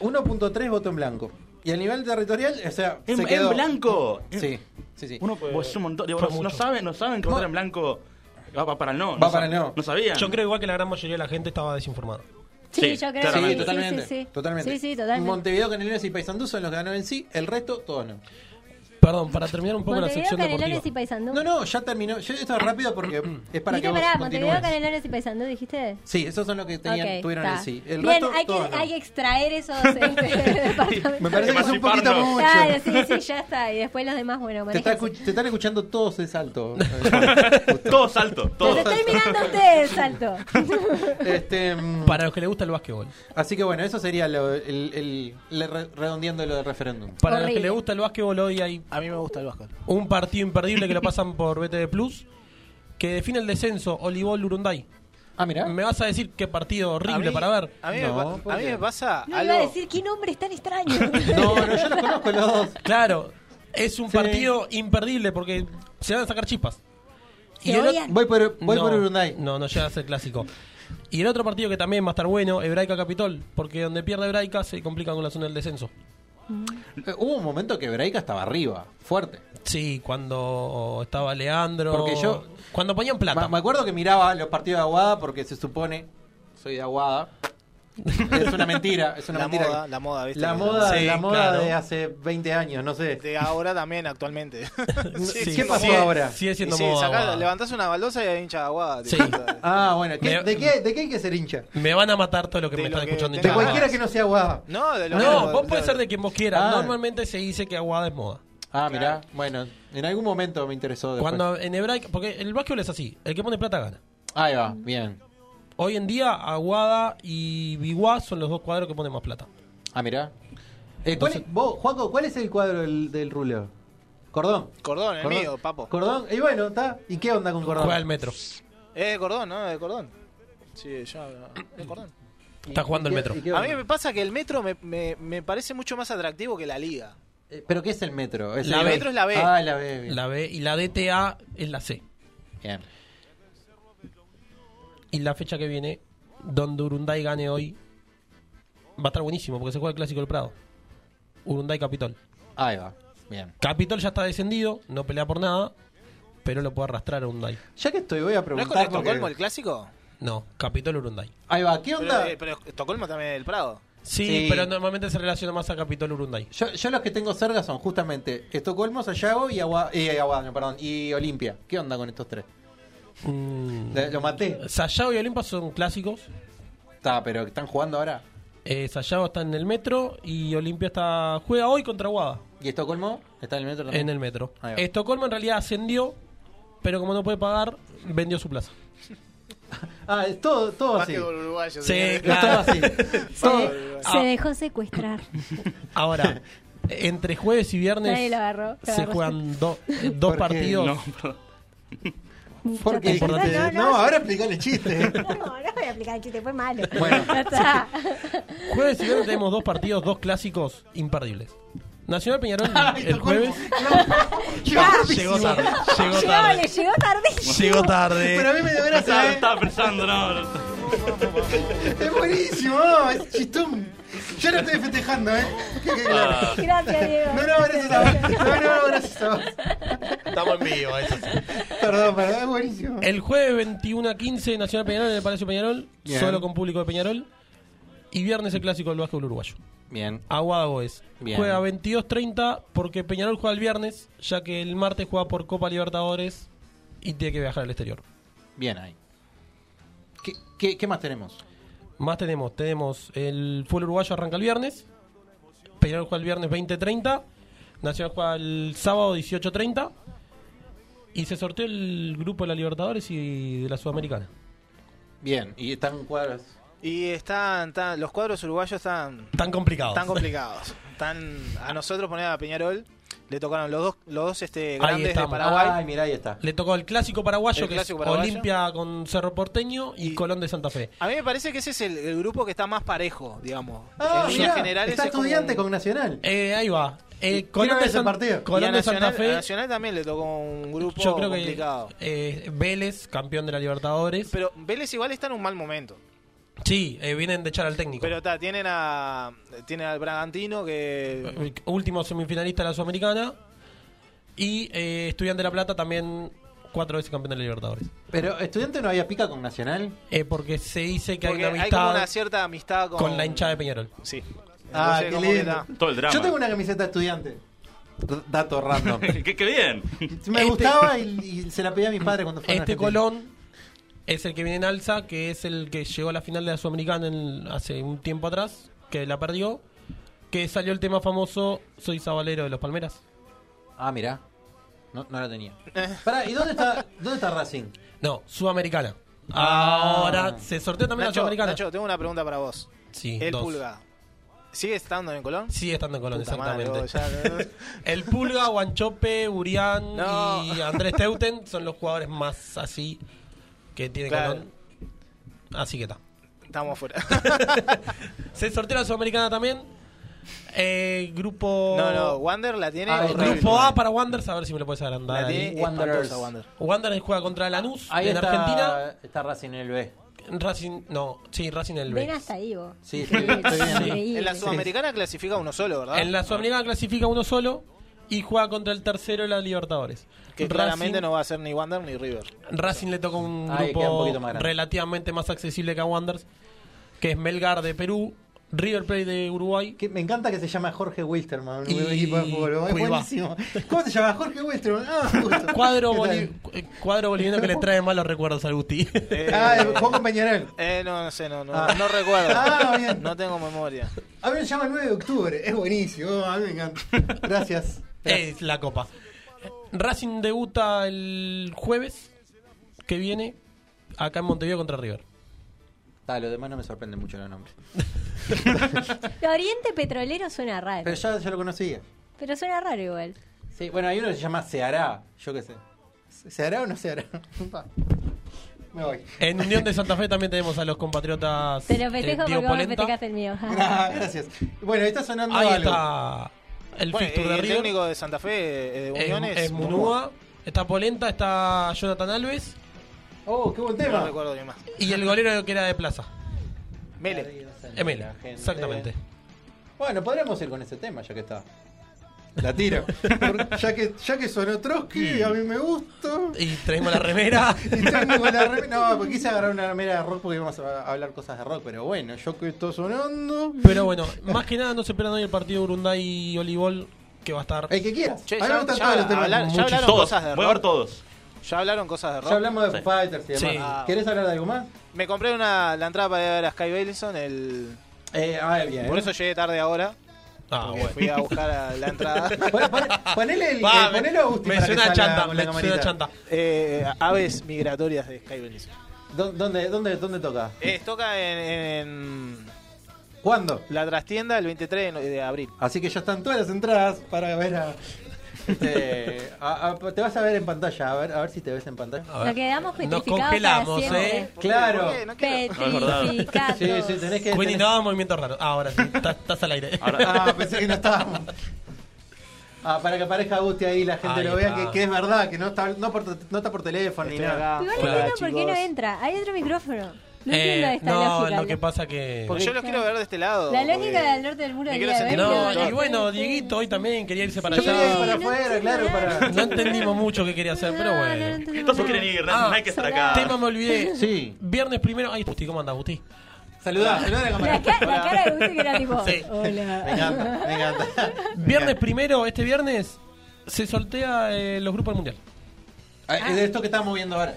C: 1.3 voto en blanco. Y a nivel territorial, o sea,
F: En-
C: se quedó-
F: en blanco.
C: Sí, sí, sí.
F: Uno, vos es un montón. digo,
E: fue
F: no, no
E: mucho.
F: saben, no saben que votar en blanco va, va para el no.
C: Va
F: no
C: para
F: sab-
C: el no.
F: No sabían.
E: Yo creo igual que la gran mayoría de la gente estaba desinformada.
D: sí,
F: Sí,
D: yo creo que
C: Sí,
D: sí,
C: totalmente.
D: sí, sí, sí.
C: totalmente.
D: Sí, sí, totalmente.
C: Montevideo, Canelones y Paysandú son los que ganaron en sí, el resto todos no.
E: Perdón, para terminar un poco la
D: Montevideo,
E: sección
D: Canelones y
E: deportiva.
D: Paysandú.
C: No, no, ya terminó. Yo- esto es rápido porque es para que
D: dijiste,
C: vos
D: pará, Montevideo,
C: continúes.
D: Canelones y Paysandú, dijiste.
C: Sí, esos son los que tenían,
D: Ok,
C: tuvieron
D: está.
C: el sí. El
D: Bien,
C: resto,
D: hay que,
C: todos no.
D: hay que extraer esos este, departamentos.
C: Me parece que es un poquito
F: Emanciparnos.
C: mucho.
D: Claro, sí, sí, ya está. Y después los demás, bueno,
C: te, está
D: manéjense.
C: escu- te están escuchando todos de salto.
F: Todo salto, todo.
D: Los estoy mirando a ustedes, salto.
C: este, mm,
E: Para los que les gusta el básquetbol.
C: así que bueno, eso sería lo- el, el- le- re- redondeando lo del referéndum.
E: Para los
D: Horrible.
E: que les gusta el básquetbol, hoy hay
I: A mí me gusta el básquet.
E: un partido imperdible que lo pasan por BTV Plus que define el descenso Olivol Urunday.
C: Ah, mira.
E: Me vas a decir qué partido
I: A
E: horrible
I: mí-
E: para ver.
I: A mí,
C: No,
I: me, pa-
C: ¿por
I: a mí
C: qué?
I: me pasa
D: No
I: algo...
D: iba a decir qué nombre es tan extraño.
C: No, no, yo los conozco los dos.
E: Claro, es un
C: Sí.
E: partido imperdible porque se van a sacar chispas.
D: Se
E: el o-
D: odian.
C: Voy por, voy
E: no,
C: por Urunday.
E: No, no llega a ser clásico. Y el otro partido que también va a estar bueno, Hebraica Capitol, porque donde pierde Hebraica se complica con la zona del descenso.
C: Eh, Hubo un momento que Braica estaba arriba, fuerte.
E: Sí, cuando estaba Leandro.
C: Porque yo-
E: Cuando ponían plata.
C: Ma- me acuerdo que miraba los partidos de Aguada porque se supone soy de Aguada. es una mentira, es una
I: La
C: mentira.
I: moda, la moda, ¿viste?
C: La moda,
E: Sí,
C: la moda
E: claro.
C: de hace 20 años, no sé.
I: De ahora también, actualmente.
E: Sí,
C: ¿Qué pasó
E: sigue-
C: ahora?
E: Sigue siendo
I: Y sí,
E: moda.
I: sacás-
E: Aguada.
I: levantás una baldosa y hay hincha de aguada.
E: Sí.
I: tipo, ¿sabes?
C: Ah, bueno, ¿qué-
E: Me-
C: ¿de, qué, ¿de qué hay que ser hincha?
E: Me van a matar todo lo que
I: De
E: me
I: lo
E: están
I: que
E: escuchando.
I: tenga-
C: De
I: Ah.
C: cualquiera que no sea Aguada.
I: No, de lo
E: No,
I: que-
E: vos podés ser de quien vos quieras.
C: Ah.
E: Normalmente se dice que Aguada es moda.
C: Ah, mirá, bueno, en algún momento me interesó. después.
E: Cuando en Hebraica. Porque el básquetbol es así: el que pone plata gana.
C: Ahí va, bien.
E: Hoy en día, Aguada y Biguá son los dos cuadros que ponen más plata.
C: Ah, mirá. Eh, ¿cuál es-
E: Entonces-
C: vos, Juaco, ¿cuál es el cuadro del, del rulo? Cordón.
I: Cordón, el mío, papo.
C: Cordón, y bueno, está. ¿Y qué onda con Cordón?
E: Juega el metro.
I: Es Eh, de cordón, ¿no? De cordón. Sí, yo... De cordón.
E: Está jugando el
C: ¿Y qué-
E: metro.
C: y qué
I: A
C: onda?
I: mí me pasa que el metro me, me- me parece mucho más atractivo que la liga.
C: Eh, ¿Pero qué es el metro? ¿Es
E: La
C: el
E: B.
I: Metro es la B.
C: Ah, la B. bien.
E: La B y la DTA es la C.
C: Bien.
E: Y la fecha que viene, donde Urunday gane hoy, a estar buenísimo porque se juega el clásico del Prado. Urunday Capitol.
C: Ahí va. Bien.
E: Capitol ya está descendido, no pelea por nada, pero lo puede arrastrar a Urunday.
C: Ya que estoy, voy a
I: ¿No es con Estocolmo el clásico?
E: No, Capitol Urunday.
C: Ahí va, ¿qué onda?
I: Pero, eh, pero Estocolmo también es del Prado.
E: Sí,
C: Sí.
E: pero normalmente se relaciona más a Capitol Urunday.
C: Yo, yo los que tengo cerca son justamente Estocolmo, Sayago y Agua, eh, Aguada, perdón, y Olimpia. ¿Qué onda con estos tres? Eh, Lo maté.
E: Sayago Mm, y Olimpa son clásicos.
C: Está, pero están jugando ahora.
E: Eh, Sayago está en el metro y Olimpia está juega hoy contra Guada.
C: ¿Y Estocolmo? ¿Está en el metro también?
E: En el metro.
C: Ahí va.
E: Estocolmo en realidad ascendió, pero como no puede pagar, vendió su plaza.
C: Ah, es todo, todo así.
I: Básquetbol uruguayo,
E: Sí,
I: señores.
E: claro.
C: Todo así.
E: Todo-
D: Se
C: Ah.
D: dejó secuestrar.
E: Ahora, entre jueves y
D: Nadie
E: viernes
D: lo agarró. lo
E: se
D: agarró.
E: juegan do- eh, dos partidos.
F: No,
C: ¿Por qué?
E: Importante.
C: No,
D: No, no,
C: ahora explicarle el chiste.
D: No, no voy a aplicar el chiste, fue malo.
E: Bueno.
D: Ya está.
E: Jueves y viernes tenemos dos partidos, dos clásicos imperdibles. Nacional Peñarol el jueves. Llegó tarde. Llegó
D: Llegó,
E: tarde.
D: le llegó tardísimo.
E: Llegó tarde.
C: Pero a mí me dio
F: Estaba,
C: gracia. ¿eh?
F: estaba pensando, no. no.
C: Es buenísimo, es chistón. Yo lo estoy festejando, ¿eh? Que quede claro.
F: Ah.
D: Gracias, Diego.
C: No, no, gracias a vos. No, no, gracias a vos.
J: Estamos en vivo, eso sí.
C: Perdón, perdón, es buenísimo.
E: El jueves 21 a 15 Nacional Peñarol en el Palacio Peñarol,
C: Bien.
E: solo con público de Peñarol. Y viernes el clásico del básquetbol uruguayo.
C: Bien.
E: Aguada Boys.
C: Bien.
E: Juega 22-30 porque Peñarol juega el viernes, ya que el martes juega por Copa Libertadores y tiene que viajar al exterior.
C: Bien ahí. ¿Qué, qué, qué más tenemos?
E: Más tenemos, tenemos el fútbol uruguayo arranca el viernes, Peñarol juega el viernes 20-30, Nacional juega el sábado 18-30 y se sorteó el grupo de la Libertadores y de la Sudamericana.
C: Bien, y están cuadros.
I: Y están, están- los cuadros uruguayos están
E: Tan complicado.
I: tan complicados. Están a nosotros poner a Peñarol le tocaron los dos los dos este
E: Ahí
I: grandes de
E: estamos.
I: Paraguay.
C: Ay, mirá, ahí está.
E: Le tocó el clásico paraguayo,
I: El
E: que
I: clásico
E: es
I: paraguayo.
E: Olimpia con Cerro Porteño y, Colón de Santa Fe.
I: A mí me parece que ese es el, el grupo que está más parejo, digamos.
C: Ah, mirá,
I: en líneas generales
C: está
I: es como
C: estudiante
I: un-
C: con Nacional.
E: Eh, ahí va. Eh,
C: Y-
E: Colón,
C: mira
E: de
C: ese
E: San-
C: partido.
I: Y a
E: Colón de Santa
I: Nacional, a
E: Fe.
I: Nacional también le tocó un grupo
E: Yo creo
I: complicado.
E: que eh, Vélez, campeón de la Libertadores.
I: Pero Vélez igual está en un mal momento.
E: Sí, eh, vienen de echar al técnico.
I: Pero está, tienen a tienen al Bragantino que
E: Eh, Último semifinalista de la Sudamericana. Y eh, Estudiante de la Plata también cuatro veces campeón de la Libertadores.
C: Pero estudiante no había pica con Nacional.
E: Eh, porque se dice que
I: porque
E: hay una
I: hay como
E: amistad
I: una cierta amistad con,
E: con la hinchada de Peñarol.
I: Sí.
C: Ah,
I: Entonces,
C: qué
I: como que
C: lindo.
I: está-
F: Todo el drama.
C: Yo tengo una camiseta estudiante. D- Dato random.
F: qué, qué bien.
C: Me
E: Este-
C: gustaba y, y se la pedí a mis padres cuando fueron a
E: Este
C: Argentina.
E: Colón es el que viene en alza, que es el que llegó a la final de la Sudamericana en- hace un tiempo atrás, que la perdió. Que salió el tema famoso Soy Sabalero de los Palmeras.
C: Ah, mirá. No, no la tenía. Pará, ¿y dónde está, dónde está Racing?
E: No, Sudamericana.
C: Ah.
E: Ahora se sorteó también la
I: Nacho,
E: Sudamericana.
I: Nacho, tengo una pregunta para vos.
E: Sí,
I: el
E: dos.
I: Pulga. ¿Sigue estando en Colón?
E: Sigue estando en Colón,
I: Puta madre,
E: exactamente.
I: vos, ya-
E: El Pulga, Guanchope, Urián
I: No.
E: y Andrés Teuten son los jugadores más así que tiene
I: Claro.
E: Colón. Así que está.
I: Estamos fuera.
E: Se sorteó la Sudamericana también. Eh, grupo
I: No, no, Wander la tiene.
C: Ah, el
I: horrible.
E: grupo A para Wanderers, a ver si me lo puedes agrandar.
I: La
E: ahí.
I: tiene
C: Wanderers.
I: espantosa, Wander.
E: Wanderers juega contra Lanús
C: Ahí
E: en
C: está,
E: Argentina.
C: está Racing en el B.
E: Racing, no, sí, Racing en el B.
D: Ven hasta ahí, vos.
C: Sí, estoy, estoy bien ahí.
D: Increíble.
I: En la Sudamericana clasifica uno solo,
C: ¿Ah?
I: ¿verdad?
E: En la Sudamericana clasifica uno solo y juega contra el tercero de la Libertadores.
I: Que claramente no va a ser ni Wander ni River.
E: Racing le toca un
C: Ahí queda un
E: grupo
C: poquito más grande.
E: relativamente más accesible que a Wanderers, que es Melgar de Perú, River Plate de Uruguay.
C: Que me encanta que se llama Jorge Wilstermann, un
E: Y-
C: equipo de fútbol. Es
E: Cuiabá.
C: buenísimo. ¿Cómo se llama? Jorge Wilstermann. Ah, justo.
E: Cuadro,
C: ¿Qué tal?
E: boli- eh, cuadro boliviano que le trae malos recuerdos al Gusti.
I: Eh,
C: Ah, el Juan con Peñarol.
I: eh, no, no sé, no, no,
C: Ah.
I: no recuerdo.
C: Ah, bien.
I: No tengo memoria.
C: A mí me llama el 9 de octubre. Es buenísimo. Ah, A mí me encanta. Gracias. Gracias.
E: es la copa. Racing debuta el jueves que viene acá en Montevideo contra River.
C: Ah, lo demás no me sorprende mucho los nombres.
D: La Oriente Petrolero suena raro.
C: Pero
D: Pero,
C: ya, ya lo conocía.
D: suena raro igual.
C: Sí, bueno, hay uno que se llama Ceará. Yo qué sé. ¿Se hará o no se hará? Pa. me voy.
E: En Unión de Santa Fe también tenemos a los compatriotas.
D: Te lo festejo
E: eh, Diego
D: porque vos me
E: Polenta.
D: festejaste el mío.
C: Ah, gracias. Bueno, está sonando
E: Ahí
C: algo.
E: está el
I: Bueno,
E: fixture
I: eh,
E: de
I: el
E: River.
I: técnico de Santa Fe, eh, de
E: es,
I: Unión, es,
E: es Munúa, está Polenta, está Jonathan Alves
C: Oh, qué buen
I: No
C: tema.
I: recuerdo bien más.
E: y el golero que era de Plaza.
I: Mele.
E: Emile, exactamente.
C: Bueno, podríamos ir con ese tema, ya que está. La tiro. Hmm. Porque ya, que, ya que sonó Trotsky, a mí me gusta.
E: Y traemos la remera.
C: Y tengo la remera. No, porque quise agarrar una remera de rock porque íbamos a hablar cosas de rock, pero bueno, yo que estoy sonando.
E: Pero bueno, más que nada no se esperan hoy el partido Urunday y Olibol que va a estar.
C: El que quieras.
I: Che, ya, ya hablar- ya hablaron
E: Todos.
I: cosas de
E: Voy a
I: rock.
E: ver todos.
I: Ya hablaron cosas de rock.
C: Ya hablamos de Foo Fighters y demás.
I: Sí. Ah,
C: ¿Querés hablar de algo más?
I: Me compré una, la entrada para ir a ver a Sky Bellison, el...
C: Eh, ah, bien.
I: Por eso llegué tarde ahora.
E: Ah,
I: porque Fui a buscar a la entrada.
C: Ponele el- eh, ponelo a Agustín para que
I: suena
C: salga con la camarita.
I: Eh, aves migratorias de Sky Bellison.
C: ¿Dó- ¿Dónde, dónde, dónde toca?
I: Eh, toca en, en-
C: ¿Cuándo?
I: La trastienda el 23 de de abril.
C: Así que ya están todas las entradas para ver a. Este, a- a- te vas a ver en pantalla, a ver, a ver si te ves en pantalla.
D: Nos quedamos petrificados congelamos, para siempre. ¿eh?
C: Claro.
D: ¿Por qué? No quiero. Petrificados.
C: Sí, sí, tenés que.
E: Queen
C: tenés-
E: no, movimiento raro. Ah, ahora sí, estás, estás al aire.
C: Ah, pensé que no estábamos. Ah, para que aparezca Gusti ahí y la gente
E: Ahí
C: lo vea,
E: está. Este
C: que, que es verdad, que no está, no por, no está por teléfono ni nada.
D: Igual no entiendo por qué no entra. Hay otro micrófono. No entiendo
E: Eh,
D: esta
E: no,
D: lógica.
E: lo que pasa que.
I: Porque yo los quiero ver de este lado.
D: La
I: porque-
D: lógica del norte del muro
I: Me
D: del
I: quiero
D: día de
I: sentir
D: hoy,
I: un
E: No,
I: montón.
E: y bueno, Dieguito hoy también quería irse para
C: Yo quería
E: allá.
C: ir para afuera, claro, para.
E: No entendimos mucho qué quería hacer, pero bueno.
F: Todos quieren ir, no hay
E: Ah.
F: que estar acá.
E: Tema me olvidé.
C: Sí.
E: Viernes primero. Ay, Gusti, ¿cómo anda, Gusti?
C: Saludá, saludá a la cámara. La ca- la cara de Gusti que era tipo,
D: Hola.
C: Me encanta, me encanta.
E: Viernes primero, este viernes, se sortea eh, los grupos del mundial.
C: Ah, es de esto que estamos viendo ahora.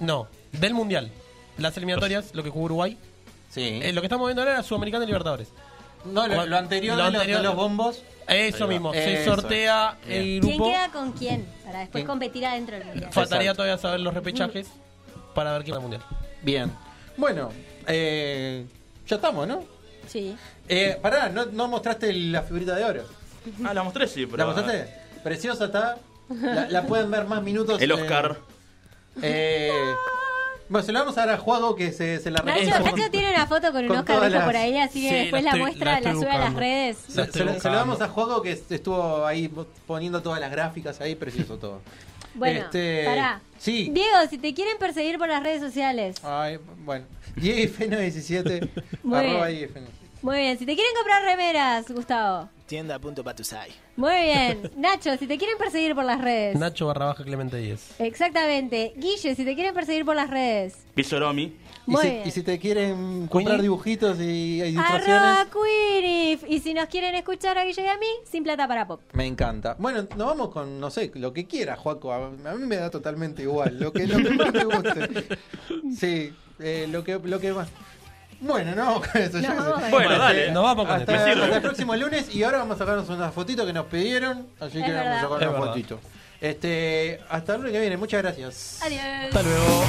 E: No, del mundial. Las eliminatorias, lo que jugó Uruguay. Eh,
C: Sí.
E: lo que estamos viendo ahora era Sudamericana y Libertadores.
C: No, lo- lo anterior de los- de los bombos. Ahí
E: Eso
C: va.
E: mismo, se
C: Eso
E: sortea
C: es.
E: el
D: ¿Quién
E: grupo.
D: queda con quién? Para después
E: ¿Quién?
D: competir adentro del mundial.
E: Faltaría todavía saber los repechajes
D: Mm.
E: para ver quién va al mundial.
C: Bien. Bueno, eh, ya estamos, ¿no?
D: Sí.
C: Eh, pará, no, no mostraste la figurita de oro.
F: Ah, la mostré, sí, pero.
C: ¿La mostraste? Preciosa está. La, la pueden ver más minutos.
F: El
C: eh,
F: Oscar.
C: eh, bueno, se la vamos a dar a Juago que se, se la
D: Nacho,
C: reconoce.
D: Nacho tiene una foto con un
C: Con
D: Oscar
C: todas
D: Rojo
C: las-
D: por ahí, así que
C: Sí,
D: después
C: la
D: la,
C: estoy- la
D: muestra, la,
C: estoy
D: sube a las
C: buscando.
D: redes.
C: Se, se la- se la damos a Juago que estuvo ahí poniendo todas las gráficas ahí, precioso todo.
D: Bueno,
C: Este,
D: pará.
C: Sí. Ah.
D: Diego, si te quieren perseguir por las redes sociales,
C: Ay, bueno. Diegfeno17.
D: Muy
C: arroba
D: bien.
C: Diegfeno.
D: muy bien. Si te quieren comprar remeras, Gustavo,
I: Tienda.patusai.
D: muy bien. Nacho, si te quieren perseguir por las redes,
E: Nacho barra baja Clemente 10.
D: exactamente. Guille, si te quieren perseguir por las redes,
F: Pisoromi.
C: Y
D: Muy
C: si,
D: bien.
C: y si te quieren comprar dibujitos y, y ilustraciones,
D: arroba Quirif. Y si nos quieren escuchar a Guille y a mí, sin plata para pop.
C: me encanta. Bueno, nos vamos con, no sé, lo que quiera, Juaco. A, a mí me da totalmente igual. Lo que, lo que más te guste. Sí, eh, lo, que, lo que más. Bueno, no vamos con eso.
F: Nos
C: yo qué sé.
F: vamos con Bueno, eso. dale. Nos vamos con
C: Eh, hasta,
F: eso. Me sirve.
C: hasta el próximo lunes y ahora vamos a sacarnos una fotito que nos pidieron. Así
D: Es
C: que vamos a
D: verdad.
C: sacar
E: Es
C: una
E: verdad.
C: fotito. Este, hasta el lunes que viene. Muchas gracias.
D: Adiós.
E: Hasta luego.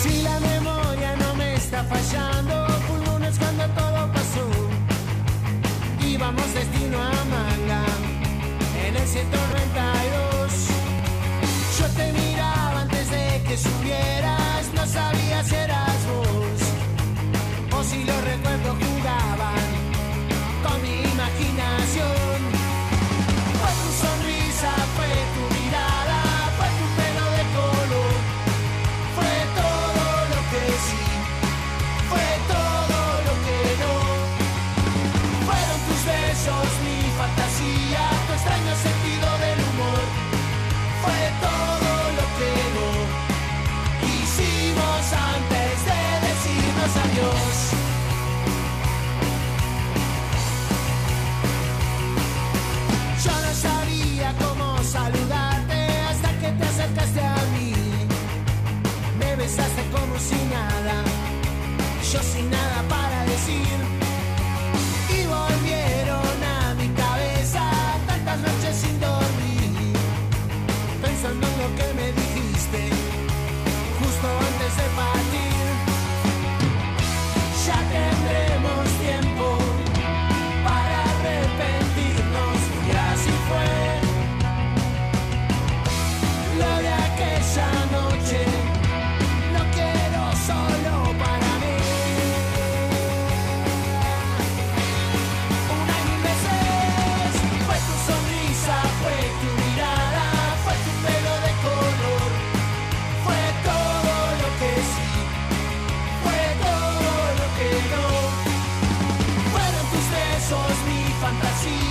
A: Si la memoria no me está fallando, fue un lunes cuando todo pasó. Íbamos destino a Manga en el 192. Yo te miraba antes de que subieras, no sabía si eras vos o si los recuerdos jugaban con mi imaginación. Fue tu sonrisa, fue tu mirada, fue tu pelo de color. Fue todo lo que sí, fue todo lo que no. Fueron tus besos, mi fantasía, tu extraño sentido del humor. Fue todo lo que no hicimos antes de decirnos adiós. Yo no sabía cómo saludarte hasta que te acercaste a mí. Me besaste como si nada, yo sin nada para decir. Y volvieron a mi cabeza tantas noches sin dormir, pensando en lo que me dijiste justo antes de partir. Ya tendremos tiempo fantasía.